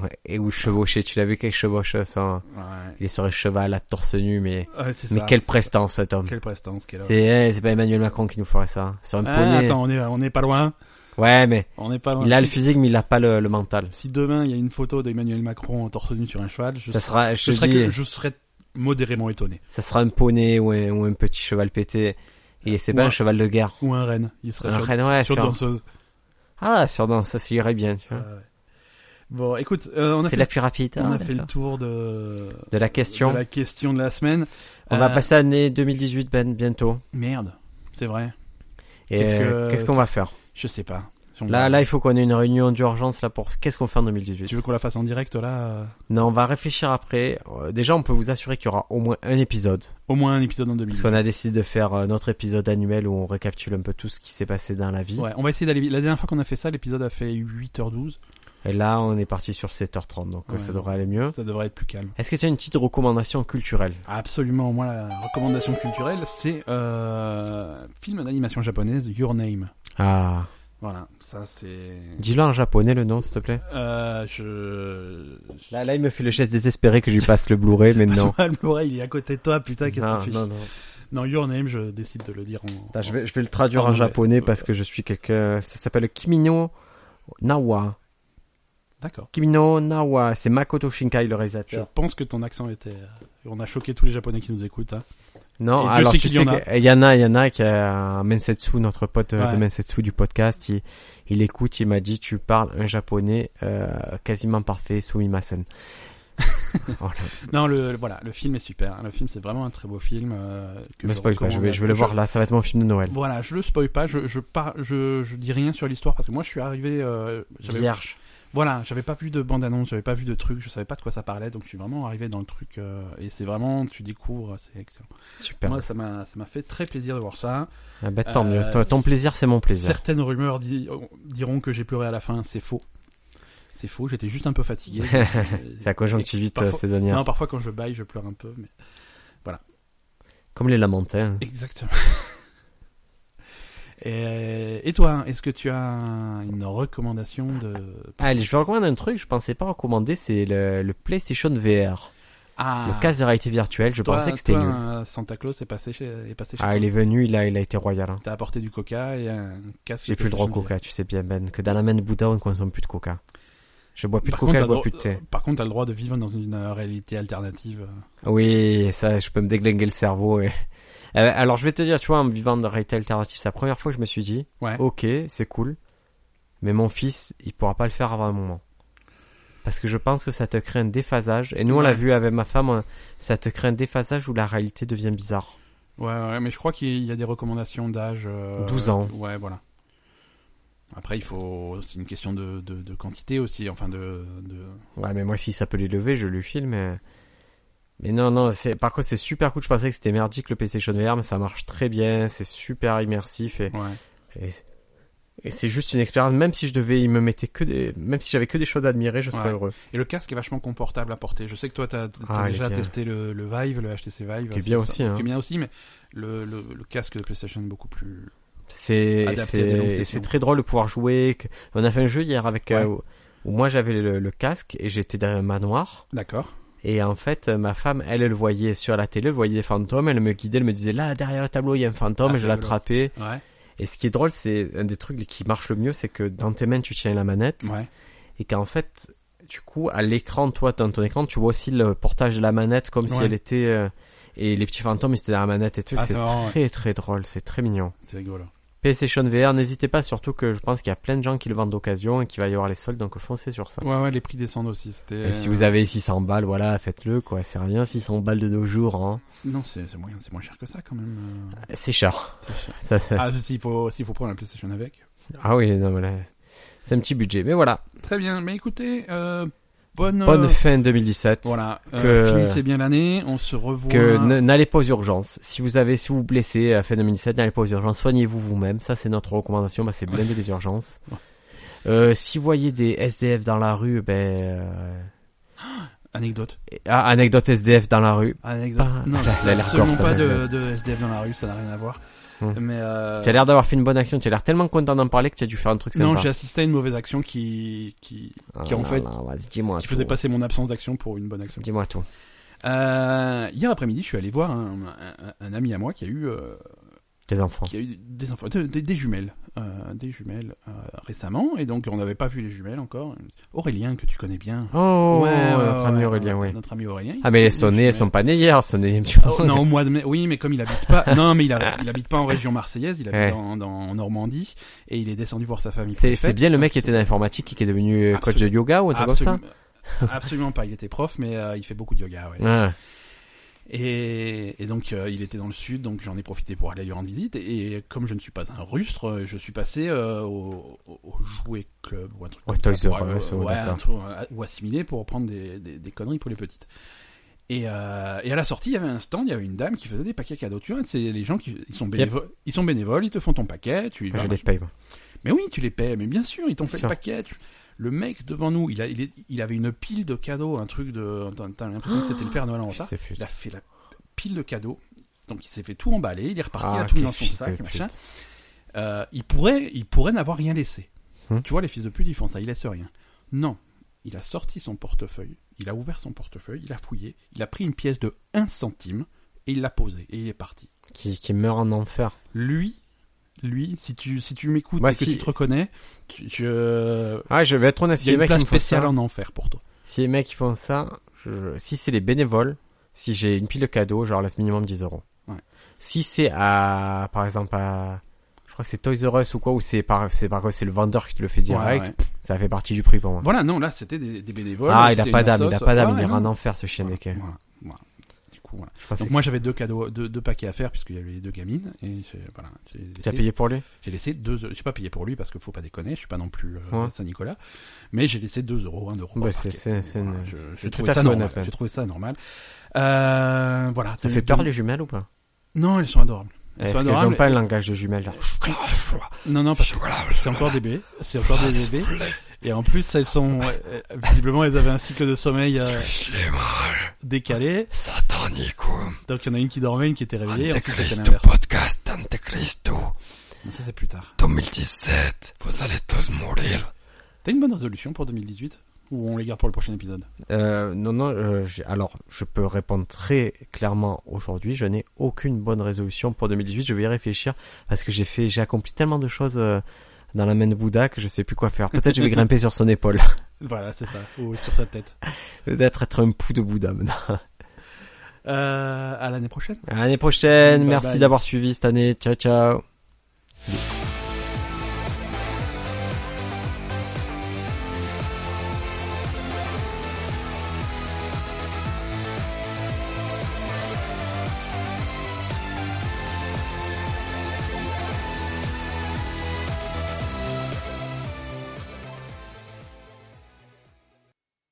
[SPEAKER 2] Ouais. Et où chevaucher. Tu l'as vu qu'il chevauche ça. hein.
[SPEAKER 1] Ouais.
[SPEAKER 2] Il est sur le cheval à torse nu, mais,
[SPEAKER 1] Ouais, c'est
[SPEAKER 2] mais
[SPEAKER 1] ça.
[SPEAKER 2] quelle prestance, cet homme.
[SPEAKER 1] Quelle prestance, quelle
[SPEAKER 2] C'est, eh, c'est pas Emmanuel Macron qui nous ferait ça. hein. Sur un
[SPEAKER 1] Ah,
[SPEAKER 2] poney.
[SPEAKER 1] attends, on est, on est pas loin.
[SPEAKER 2] Ouais, mais
[SPEAKER 1] On est pas loin.
[SPEAKER 2] il a le
[SPEAKER 1] si,
[SPEAKER 2] physique, mais il a pas le, le mental.
[SPEAKER 1] si demain il y a une photo d'Emmanuel Macron en torse nu sur un cheval, je, serais-
[SPEAKER 2] Ça sera, je
[SPEAKER 1] je,
[SPEAKER 2] te
[SPEAKER 1] serais,
[SPEAKER 2] dis,
[SPEAKER 1] que- je serais modérément étonné.
[SPEAKER 2] ça sera un poney ou un, ou un petit cheval pété. Et c'est pas
[SPEAKER 1] Ouais.
[SPEAKER 2] un cheval de guerre.
[SPEAKER 1] Ou un renne. Il serait
[SPEAKER 2] Un
[SPEAKER 1] sur,
[SPEAKER 2] renne, ouais,
[SPEAKER 1] sur
[SPEAKER 2] sur-
[SPEAKER 1] danseuse. Ah
[SPEAKER 2] Ah, sur dans, ça, ça irait bien, tu vois.
[SPEAKER 1] Ouais. Bon, écoute, euh, on a,
[SPEAKER 2] C'est
[SPEAKER 1] fait,
[SPEAKER 2] la plus rapide.
[SPEAKER 1] on
[SPEAKER 2] Ah,
[SPEAKER 1] a fait le
[SPEAKER 2] d'accord.
[SPEAKER 1] tour de,
[SPEAKER 2] De la question.
[SPEAKER 1] de la question de la semaine.
[SPEAKER 2] On va
[SPEAKER 1] Euh,
[SPEAKER 2] passer à l'année 2018, Ben, bientôt.
[SPEAKER 1] Merde, c'est vrai.
[SPEAKER 2] Et
[SPEAKER 1] Qu'est-ce que-
[SPEAKER 2] euh, qu'est-ce qu'on va faire?
[SPEAKER 1] Je sais pas.
[SPEAKER 2] Là, là, il faut qu'on ait une réunion d'urgence, là, pour qu'est-ce qu'on fait en 2018?
[SPEAKER 1] Tu veux qu'on la fasse en direct là euh,
[SPEAKER 2] Non, on va réfléchir après. Euh, Déjà, on peut vous assurer qu'il y aura au moins un épisode.
[SPEAKER 1] Au moins un épisode en
[SPEAKER 2] Parce
[SPEAKER 1] 2000.
[SPEAKER 2] qu'on a décidé de faire euh, notre épisode annuel où on récapitule un peu tout ce qui s'est passé dans la vie.
[SPEAKER 1] Ouais, on va essayer d'aller vite. La dernière fois qu'on a fait ça, l'épisode a fait 8h12.
[SPEAKER 2] Et là, on est parti sur 7h30, donc euh,
[SPEAKER 1] Ouais.
[SPEAKER 2] ça devrait aller mieux.
[SPEAKER 1] Ça devrait être plus calme.
[SPEAKER 2] Est-ce que tu as une petite recommandation culturelle
[SPEAKER 1] Absolument. Moi, la recommandation culturelle, c'est euh, film d'animation japonaise Your Name.
[SPEAKER 2] Ah,
[SPEAKER 1] Voilà, ça c'est.
[SPEAKER 2] dis-le en japonais le nom, s'il te plaît.
[SPEAKER 1] Euh, je.
[SPEAKER 2] Là, là, il me fait le geste désespéré que je lui passe le Blu-ray, mais non.
[SPEAKER 1] Passe-moi le Blu-ray, il est à côté de toi, putain, qu'est-ce
[SPEAKER 2] Non,
[SPEAKER 1] que tu fais
[SPEAKER 2] non, non.
[SPEAKER 1] Non, Your Name, je décide de le dire en.
[SPEAKER 2] *laughs* Attends, je, vais, je vais le traduire
[SPEAKER 1] Ah,
[SPEAKER 2] en
[SPEAKER 1] ouais.
[SPEAKER 2] japonais parce que je suis quelqu'un. Ça s'appelle Kimino Nawa.
[SPEAKER 1] D'accord.
[SPEAKER 2] Kimino Nawa, c'est Makoto Shinkai le
[SPEAKER 1] Je
[SPEAKER 2] réalisateur.
[SPEAKER 1] pense que ton accent était. euh, On a choqué tous les Japonais qui nous écoutent. Hein. Et
[SPEAKER 2] Non,
[SPEAKER 1] Dieu
[SPEAKER 2] alors
[SPEAKER 1] sait
[SPEAKER 2] tu
[SPEAKER 1] qu'il y
[SPEAKER 2] sais
[SPEAKER 1] en a.
[SPEAKER 2] qu'il y en a, il y en a qui a Mensetsu, notre pote euh, de
[SPEAKER 1] Ouais.
[SPEAKER 2] Mensetsu du podcast, il, il écoute, il m'a dit tu parles un japonais euh, quasiment
[SPEAKER 1] *laughs*
[SPEAKER 2] parfait, Sumimasen. Voilà.
[SPEAKER 1] Non, le, le- voilà, le film est super. hein. Le film, c'est vraiment un très beau film. euh, que
[SPEAKER 2] Me
[SPEAKER 1] je
[SPEAKER 2] spoil pas, je
[SPEAKER 1] recommande
[SPEAKER 2] vais,
[SPEAKER 1] à
[SPEAKER 2] je vais
[SPEAKER 1] tous.
[SPEAKER 2] le voir là, ça va être mon film de Noël.
[SPEAKER 1] Voilà, je le spoil pas, je, je, par- je, je dis rien sur l'histoire parce que moi je suis arrivé. Euh, j'avais-
[SPEAKER 2] Vierge.
[SPEAKER 1] Voilà, j'avais pas vu de bande-annonce, j'avais pas vu de truc, je savais pas de quoi ça parlait donc je suis vraiment arrivé dans le truc euh, et c'est vraiment, tu découvres, c'est excellent.
[SPEAKER 2] Super.
[SPEAKER 1] Moi ça m'a ça m'a fait très plaisir de voir ça.
[SPEAKER 2] ah bah, tant mieux.
[SPEAKER 1] euh,
[SPEAKER 2] Ton, ton plaisir, c'est mon plaisir.
[SPEAKER 1] Certaines rumeurs di- diront que j'ai pleuré à la fin, c'est faux. C'est faux, j'étais juste un peu
[SPEAKER 2] *laughs*
[SPEAKER 1] fatigué.
[SPEAKER 2] C'est la conjonctivite euh,
[SPEAKER 1] Parfois-
[SPEAKER 2] saisonnière.
[SPEAKER 1] Non, parfois quand je baille, je pleure un peu, mais
[SPEAKER 2] Comme les lamentins.
[SPEAKER 1] exactement. *laughs* Et, et toi, est-ce que tu as une recommandation de
[SPEAKER 2] Allez, je vous recommande un truc, je pensais pas recommander, c'est le, le PlayStation VR.
[SPEAKER 1] Ah,
[SPEAKER 2] Le casque de réalité virtuelle, je
[SPEAKER 1] toi,
[SPEAKER 2] pensais que c'était
[SPEAKER 1] toi, hein.
[SPEAKER 2] nul.
[SPEAKER 1] un Santa Claus est passé chez, est passé chez
[SPEAKER 2] Ah,
[SPEAKER 1] toi.
[SPEAKER 2] il est venu, il a, il a été royal. hein.
[SPEAKER 1] T'as apporté du coca et un casque.
[SPEAKER 2] J'ai plus le droit au
[SPEAKER 1] PlayStation
[SPEAKER 2] coca, tu sais bien Ben, que dans la main de Bouddha on ne consomme plus de coca. Je bois plus
[SPEAKER 1] Par
[SPEAKER 2] de
[SPEAKER 1] contre,
[SPEAKER 2] coca, je
[SPEAKER 1] t'as
[SPEAKER 2] bois
[SPEAKER 1] le
[SPEAKER 2] plus de
[SPEAKER 1] droit-
[SPEAKER 2] thé.
[SPEAKER 1] Par contre, t'as le droit de vivre dans une euh, réalité alternative. euh,
[SPEAKER 2] euh, Oui, ça, je peux me déglinguer le cerveau. Et... *laughs* Euh, alors je vais te dire, tu vois, en vivant dans réalité alternative, c'est la première fois que je me suis dit,
[SPEAKER 1] Ouais.
[SPEAKER 2] ok, c'est cool, mais mon fils, il pourra pas le faire avant un moment. Parce que je pense que ça te crée un déphasage. Et nous, on l'a
[SPEAKER 1] Ouais.
[SPEAKER 2] vu avec ma femme, on- ça te crée un déphasage où la réalité devient bizarre.
[SPEAKER 1] Ouais, ouais, mais je crois qu'il y a des recommandations d'âge. euh,
[SPEAKER 2] 12 ans.
[SPEAKER 1] Ouais, voilà. Après, il faut. C'est une question de, de, de quantité aussi, enfin de. de...
[SPEAKER 2] Ouais, mais moi, si ça peut l'élever, je lui file, mais... Mais non, non, c'est, par contre, c'est super cool. Je pensais que c'était merdique le PlayStation VR, mais ça marche très bien, c'est super immersif et,
[SPEAKER 1] Ouais.
[SPEAKER 2] et, et c'est juste une expérience. Même si je devais, il me mettait que des, même si j'avais que des choses à admirer, je serais
[SPEAKER 1] Ouais.
[SPEAKER 2] heureux.
[SPEAKER 1] Et le casque est vachement confortable à porter. Je sais que toi, t'as t'as
[SPEAKER 2] Ah, il est
[SPEAKER 1] déjà
[SPEAKER 2] bien.
[SPEAKER 1] testé le, le Vive, le HTC Vive.
[SPEAKER 2] Qui est
[SPEAKER 1] c'est-
[SPEAKER 2] bien
[SPEAKER 1] ça-
[SPEAKER 2] aussi, hein.
[SPEAKER 1] Qui est bien aussi, mais le, le, le casque de PlayStation est beaucoup plus.
[SPEAKER 2] C'est,
[SPEAKER 1] Adapté à des longues
[SPEAKER 2] c'est,
[SPEAKER 1] sessions.
[SPEAKER 2] c'est très drôle de pouvoir jouer. que- On a fait un jeu hier avec,
[SPEAKER 1] Ouais.
[SPEAKER 2] euh, où, où moi j'avais le, le casque et j'étais dans un manoir.
[SPEAKER 1] D'accord.
[SPEAKER 2] Et en fait, euh, ma femme, elle, elle voyait sur la télé, elle voyait des fantômes, elle me guidait, elle me disait là, derrière le tableau, il y a un fantôme,
[SPEAKER 1] Ah,
[SPEAKER 2] et je
[SPEAKER 1] c'est
[SPEAKER 2] l'attrapais.
[SPEAKER 1] Ouais.
[SPEAKER 2] Et ce qui est drôle, c'est un des trucs qui marche le mieux, c'est que dans tes mains, tu tiens la manette,
[SPEAKER 1] Ouais.
[SPEAKER 2] et qu'en fait, du coup, à l'écran, toi, dans ton écran, tu vois aussi le portage de la manette comme si
[SPEAKER 1] Ouais.
[SPEAKER 2] elle était, euh, et les petits fantômes, ils étaient dans la manette et tout.
[SPEAKER 1] Ah,
[SPEAKER 2] c'est
[SPEAKER 1] c'est marrant,
[SPEAKER 2] très, très drôle, c'est très mignon.
[SPEAKER 1] C'est rigolo.
[SPEAKER 2] PlayStation VR, n'hésitez pas, surtout que je pense qu'il y a plein de gens qui le vendent d'occasion et qu'il va y avoir les soldes, donc foncez sur ça.
[SPEAKER 1] Ouais, ouais, les prix descendent aussi. C'était.
[SPEAKER 2] Et si vous avez 600 balles, voilà, faites-le, quoi. C'est rien, 600 balles de nos jours, hein.
[SPEAKER 1] Non, c'est c'est moyen, c'est moins cher que ça quand même. euh,
[SPEAKER 2] C'est cher.
[SPEAKER 1] c'est cher.
[SPEAKER 2] Ça, ça- Ah.
[SPEAKER 1] Ah, s'il faut, s'il faut prendre la PlayStation avec.
[SPEAKER 2] oui, non, mais là, c'est un petit budget. Mais voilà,
[SPEAKER 1] Très bien. Mais écoutez, euh, bonne.
[SPEAKER 2] bonne
[SPEAKER 1] euh,
[SPEAKER 2] fin 2017.
[SPEAKER 1] Voilà.
[SPEAKER 2] Que-
[SPEAKER 1] Euh, Finissez bien l'année. On se revoit.
[SPEAKER 2] Que ne- n'allez pas aux urgences. Si vous avez, si vous vous blessez euh, à fin 2017, n'allez pas aux urgences. Soignez-vous vous-même. Ça, c'est notre recommandation. Bah, c'est
[SPEAKER 1] Ouais.
[SPEAKER 2] blindé les urgences.
[SPEAKER 1] Ouais.
[SPEAKER 2] Euh, si vous voyez des SDF dans la rue, ben, euh,
[SPEAKER 1] Anecdote.
[SPEAKER 2] ah, anecdote SDF dans la rue.
[SPEAKER 1] Anecdote.
[SPEAKER 2] Pas-
[SPEAKER 1] Non,
[SPEAKER 2] Elle a l'air
[SPEAKER 1] absolument
[SPEAKER 2] corte,
[SPEAKER 1] pas
[SPEAKER 2] cette
[SPEAKER 1] de, de SDF dans la rue, ça n'a rien à voir.
[SPEAKER 2] Hmm.
[SPEAKER 1] Mais euh,
[SPEAKER 2] Tu as l'air d'avoir fait une bonne action. Tu as l'air tellement content d'en parler que tu as dû faire un truc sympa.
[SPEAKER 1] non, j'ai assisté à une mauvaise action qui qui,
[SPEAKER 2] Ah,
[SPEAKER 1] qui, en
[SPEAKER 2] non,
[SPEAKER 1] fait,
[SPEAKER 2] non, vas-y, dis-moi
[SPEAKER 1] qui faisait
[SPEAKER 2] tout.
[SPEAKER 1] passer mon absence d'action pour une bonne action.
[SPEAKER 2] Dis-moi tout.
[SPEAKER 1] Euh, hier après-midi, je suis allé voir un, un- un ami à moi qui a eu euh,
[SPEAKER 2] Les enfants.
[SPEAKER 1] qui a eu des enfants, de- des, des jumelles, euh, des jumelles euh, récemment, et donc on n'avait pas vu les jumelles encore. Aurélien que tu connais bien.
[SPEAKER 2] Oh,
[SPEAKER 1] Ouais, ouais,
[SPEAKER 2] notre ami
[SPEAKER 1] ouais,
[SPEAKER 2] Aurélien,
[SPEAKER 1] ouais,
[SPEAKER 2] oui.
[SPEAKER 1] Notre ami Aurélien.
[SPEAKER 2] Ah, mais
[SPEAKER 1] il a
[SPEAKER 2] les
[SPEAKER 1] eu des
[SPEAKER 2] sonnets, elles
[SPEAKER 1] jumelles.
[SPEAKER 2] sont pas nées hier, sonnets, tu *laughs*
[SPEAKER 1] Ah,
[SPEAKER 2] vois.
[SPEAKER 1] non, au mois de mai. Oui, mais comme il habite
[SPEAKER 2] *laughs*
[SPEAKER 1] pas. non, mais il, a- il habite pas en région marseillaise, il habite
[SPEAKER 2] Ouais.
[SPEAKER 1] dans, dans- en Normandie et il est descendu voir sa famille. pour
[SPEAKER 2] C'est,
[SPEAKER 1] les
[SPEAKER 2] c'est
[SPEAKER 1] fêtes.
[SPEAKER 2] bien le mec qui était dans l'informatique et qui est devenu euh, coach de
[SPEAKER 1] Absolument.
[SPEAKER 2] yoga ou un truc comme ça.
[SPEAKER 1] Absolument, absolument pas. Il était prof, mais euh, il fait beaucoup de yoga. Ouais.
[SPEAKER 2] Ouais.
[SPEAKER 1] Et, et donc euh, il était dans le sud, donc j'en ai profité pour aller lui rendre visite. Et, et comme je ne suis pas un rustre, euh, je suis passé euh, au, au- au jouet club ou un truc
[SPEAKER 2] Au
[SPEAKER 1] comme ça,
[SPEAKER 2] Toys
[SPEAKER 1] pour,
[SPEAKER 2] R
[SPEAKER 1] euh,
[SPEAKER 2] Us, ou
[SPEAKER 1] ouais, un
[SPEAKER 2] d'accord.
[SPEAKER 1] truc, euh, ou assimilé pour prendre des, des, des conneries pour les petites. Et, euh, et à la sortie, il y avait un stand, il y avait une dame qui faisait des paquets cadeaux. Tu vois, c'est les gens qui ils sont bénévoles, ils sont bénévoles, ils te font ton paquet, tu y vas,
[SPEAKER 2] Je les paye, moi.
[SPEAKER 1] mais oui, tu les paies, mais bien sûr, ils t'ont fait
[SPEAKER 2] Sûr.
[SPEAKER 1] le paquet. tu- Le mec devant nous, il, a, il, est- il avait une pile de cadeaux, un truc de. T'as t'as l'impression que c'était le Père Noël en
[SPEAKER 2] Je
[SPEAKER 1] retard.
[SPEAKER 2] sais plus.
[SPEAKER 1] Il a fait la pile de cadeaux. Donc il s'est fait tout emballer, il est reparti, il
[SPEAKER 2] Ah,
[SPEAKER 1] a tout mis
[SPEAKER 2] quel
[SPEAKER 1] dans son
[SPEAKER 2] fils de
[SPEAKER 1] sac,
[SPEAKER 2] pute.
[SPEAKER 1] machin. Euh, il pourrait, il pourrait n'avoir rien laissé.
[SPEAKER 2] Hmm.
[SPEAKER 1] Tu vois, les fils de pute, ils font ça, ils laissent rien. Non, il a sorti son portefeuille, il a ouvert son portefeuille, il a fouillé, il a pris une pièce de 1 centime et il l'a posée et il est parti.
[SPEAKER 2] Qui, qui meurt en enfer.
[SPEAKER 1] Lui, lui, si tu, si tu m'écoutes
[SPEAKER 2] Moi,
[SPEAKER 1] et que
[SPEAKER 2] si-
[SPEAKER 1] tu te reconnais, tu, tu, euh,
[SPEAKER 2] Ah, je vais être honnête,
[SPEAKER 1] il
[SPEAKER 2] si
[SPEAKER 1] y a
[SPEAKER 2] les
[SPEAKER 1] une
[SPEAKER 2] mecs
[SPEAKER 1] place
[SPEAKER 2] ils me font
[SPEAKER 1] spéciale
[SPEAKER 2] ça,
[SPEAKER 1] en enfer pour toi.
[SPEAKER 2] si les mecs ils font ça, je- si c'est les bénévoles, si j'ai une pile de cadeaux, genre laisse minimum 10 euros.
[SPEAKER 1] Ouais.
[SPEAKER 2] Si c'est à, par exemple à, je crois que c'est Toys R Us ou quoi, ou c'est par, c'est par c'est le vendeur qui te le fait direct,
[SPEAKER 1] Ouais, ouais.
[SPEAKER 2] ça fait partie du prix pour moi.
[SPEAKER 1] Voilà, non, là c'était des, des bénévoles.
[SPEAKER 2] ah, il a
[SPEAKER 1] c'était
[SPEAKER 2] pas
[SPEAKER 1] une
[SPEAKER 2] d'âme, il a
[SPEAKER 1] assoce.
[SPEAKER 2] pas d'âme,
[SPEAKER 1] Ouais,
[SPEAKER 2] il ira en
[SPEAKER 1] non.
[SPEAKER 2] enfer ce chien
[SPEAKER 1] Voilà,
[SPEAKER 2] d'équerre.
[SPEAKER 1] voilà, voilà. Du coup, voilà.
[SPEAKER 2] Je pense
[SPEAKER 1] Donc
[SPEAKER 2] que
[SPEAKER 1] moi j'avais deux cadeaux, deux, deux paquets à faire puisqu'il y avait les deux gamines et j'ai- voilà, j'ai
[SPEAKER 2] tu as
[SPEAKER 1] laissé,
[SPEAKER 2] payé pour lui
[SPEAKER 1] j'ai laissé deux. J'ai pas payé pour lui parce que faut pas déconner, je suis pas non plus euh,
[SPEAKER 2] Ouais.
[SPEAKER 1] Saint Nicolas, mais j'ai laissé deux euros, un euro.
[SPEAKER 2] Bah,
[SPEAKER 1] par
[SPEAKER 2] c'est-
[SPEAKER 1] paquet.
[SPEAKER 2] c'est- c'est
[SPEAKER 1] Voilà,
[SPEAKER 2] une-
[SPEAKER 1] je-
[SPEAKER 2] c'est
[SPEAKER 1] J'ai
[SPEAKER 2] tout
[SPEAKER 1] trouvé
[SPEAKER 2] à
[SPEAKER 1] ça
[SPEAKER 2] fait
[SPEAKER 1] normal.
[SPEAKER 2] honnête, ouais.
[SPEAKER 1] J'ai trouvé ça normal. Euh, voilà.
[SPEAKER 2] Ça
[SPEAKER 1] t'as
[SPEAKER 2] fait
[SPEAKER 1] eu
[SPEAKER 2] peur
[SPEAKER 1] deux-
[SPEAKER 2] les jumelles ou pas
[SPEAKER 1] Non, elles sont adorables. Elles
[SPEAKER 2] Est-ce
[SPEAKER 1] sont
[SPEAKER 2] qu'elles ont
[SPEAKER 1] adorables.
[SPEAKER 2] pas un langage de jumelles là
[SPEAKER 1] Non, non, parce que c'est encore des bébés. C'est encore des
[SPEAKER 2] *laughs*
[SPEAKER 1] bébés. Et en plus, elles sont euh, visiblement, elles avaient un cycle de sommeil euh, décalé.
[SPEAKER 4] Satanikum,
[SPEAKER 1] Donc il y en a une qui dormait, une qui était réveillée. Et
[SPEAKER 2] Ah,
[SPEAKER 1] ensuite, c'était
[SPEAKER 4] Antéchrist
[SPEAKER 1] l'inverse.
[SPEAKER 4] podcast, Antéchrist
[SPEAKER 1] Mais Ça, c'est plus tard.
[SPEAKER 4] 2017, vous allez tous mourir.
[SPEAKER 1] T'as une bonne résolution pour 2018 ou on les garde pour le prochain épisode
[SPEAKER 2] Euh, non, non, euh, j'ai- alors je peux répondre très clairement aujourd'hui, je n'ai aucune bonne résolution pour 2018, je vais y réfléchir parce que j'ai fait, j'ai accompli tellement de choses euh, dans la main de Bouddha que je sais plus quoi faire. Peut-être *laughs* je vais grimper sur son épaule,
[SPEAKER 1] Voilà, c'est ça. Ou sur sa tête.
[SPEAKER 2] peut-être être un pou de Bouddha maintenant.
[SPEAKER 1] Euh, à l'année prochaine.
[SPEAKER 2] À l'année prochaine,
[SPEAKER 1] Bye
[SPEAKER 2] merci
[SPEAKER 1] bye.
[SPEAKER 2] d'avoir suivi cette année, ciao ciao.
[SPEAKER 1] Les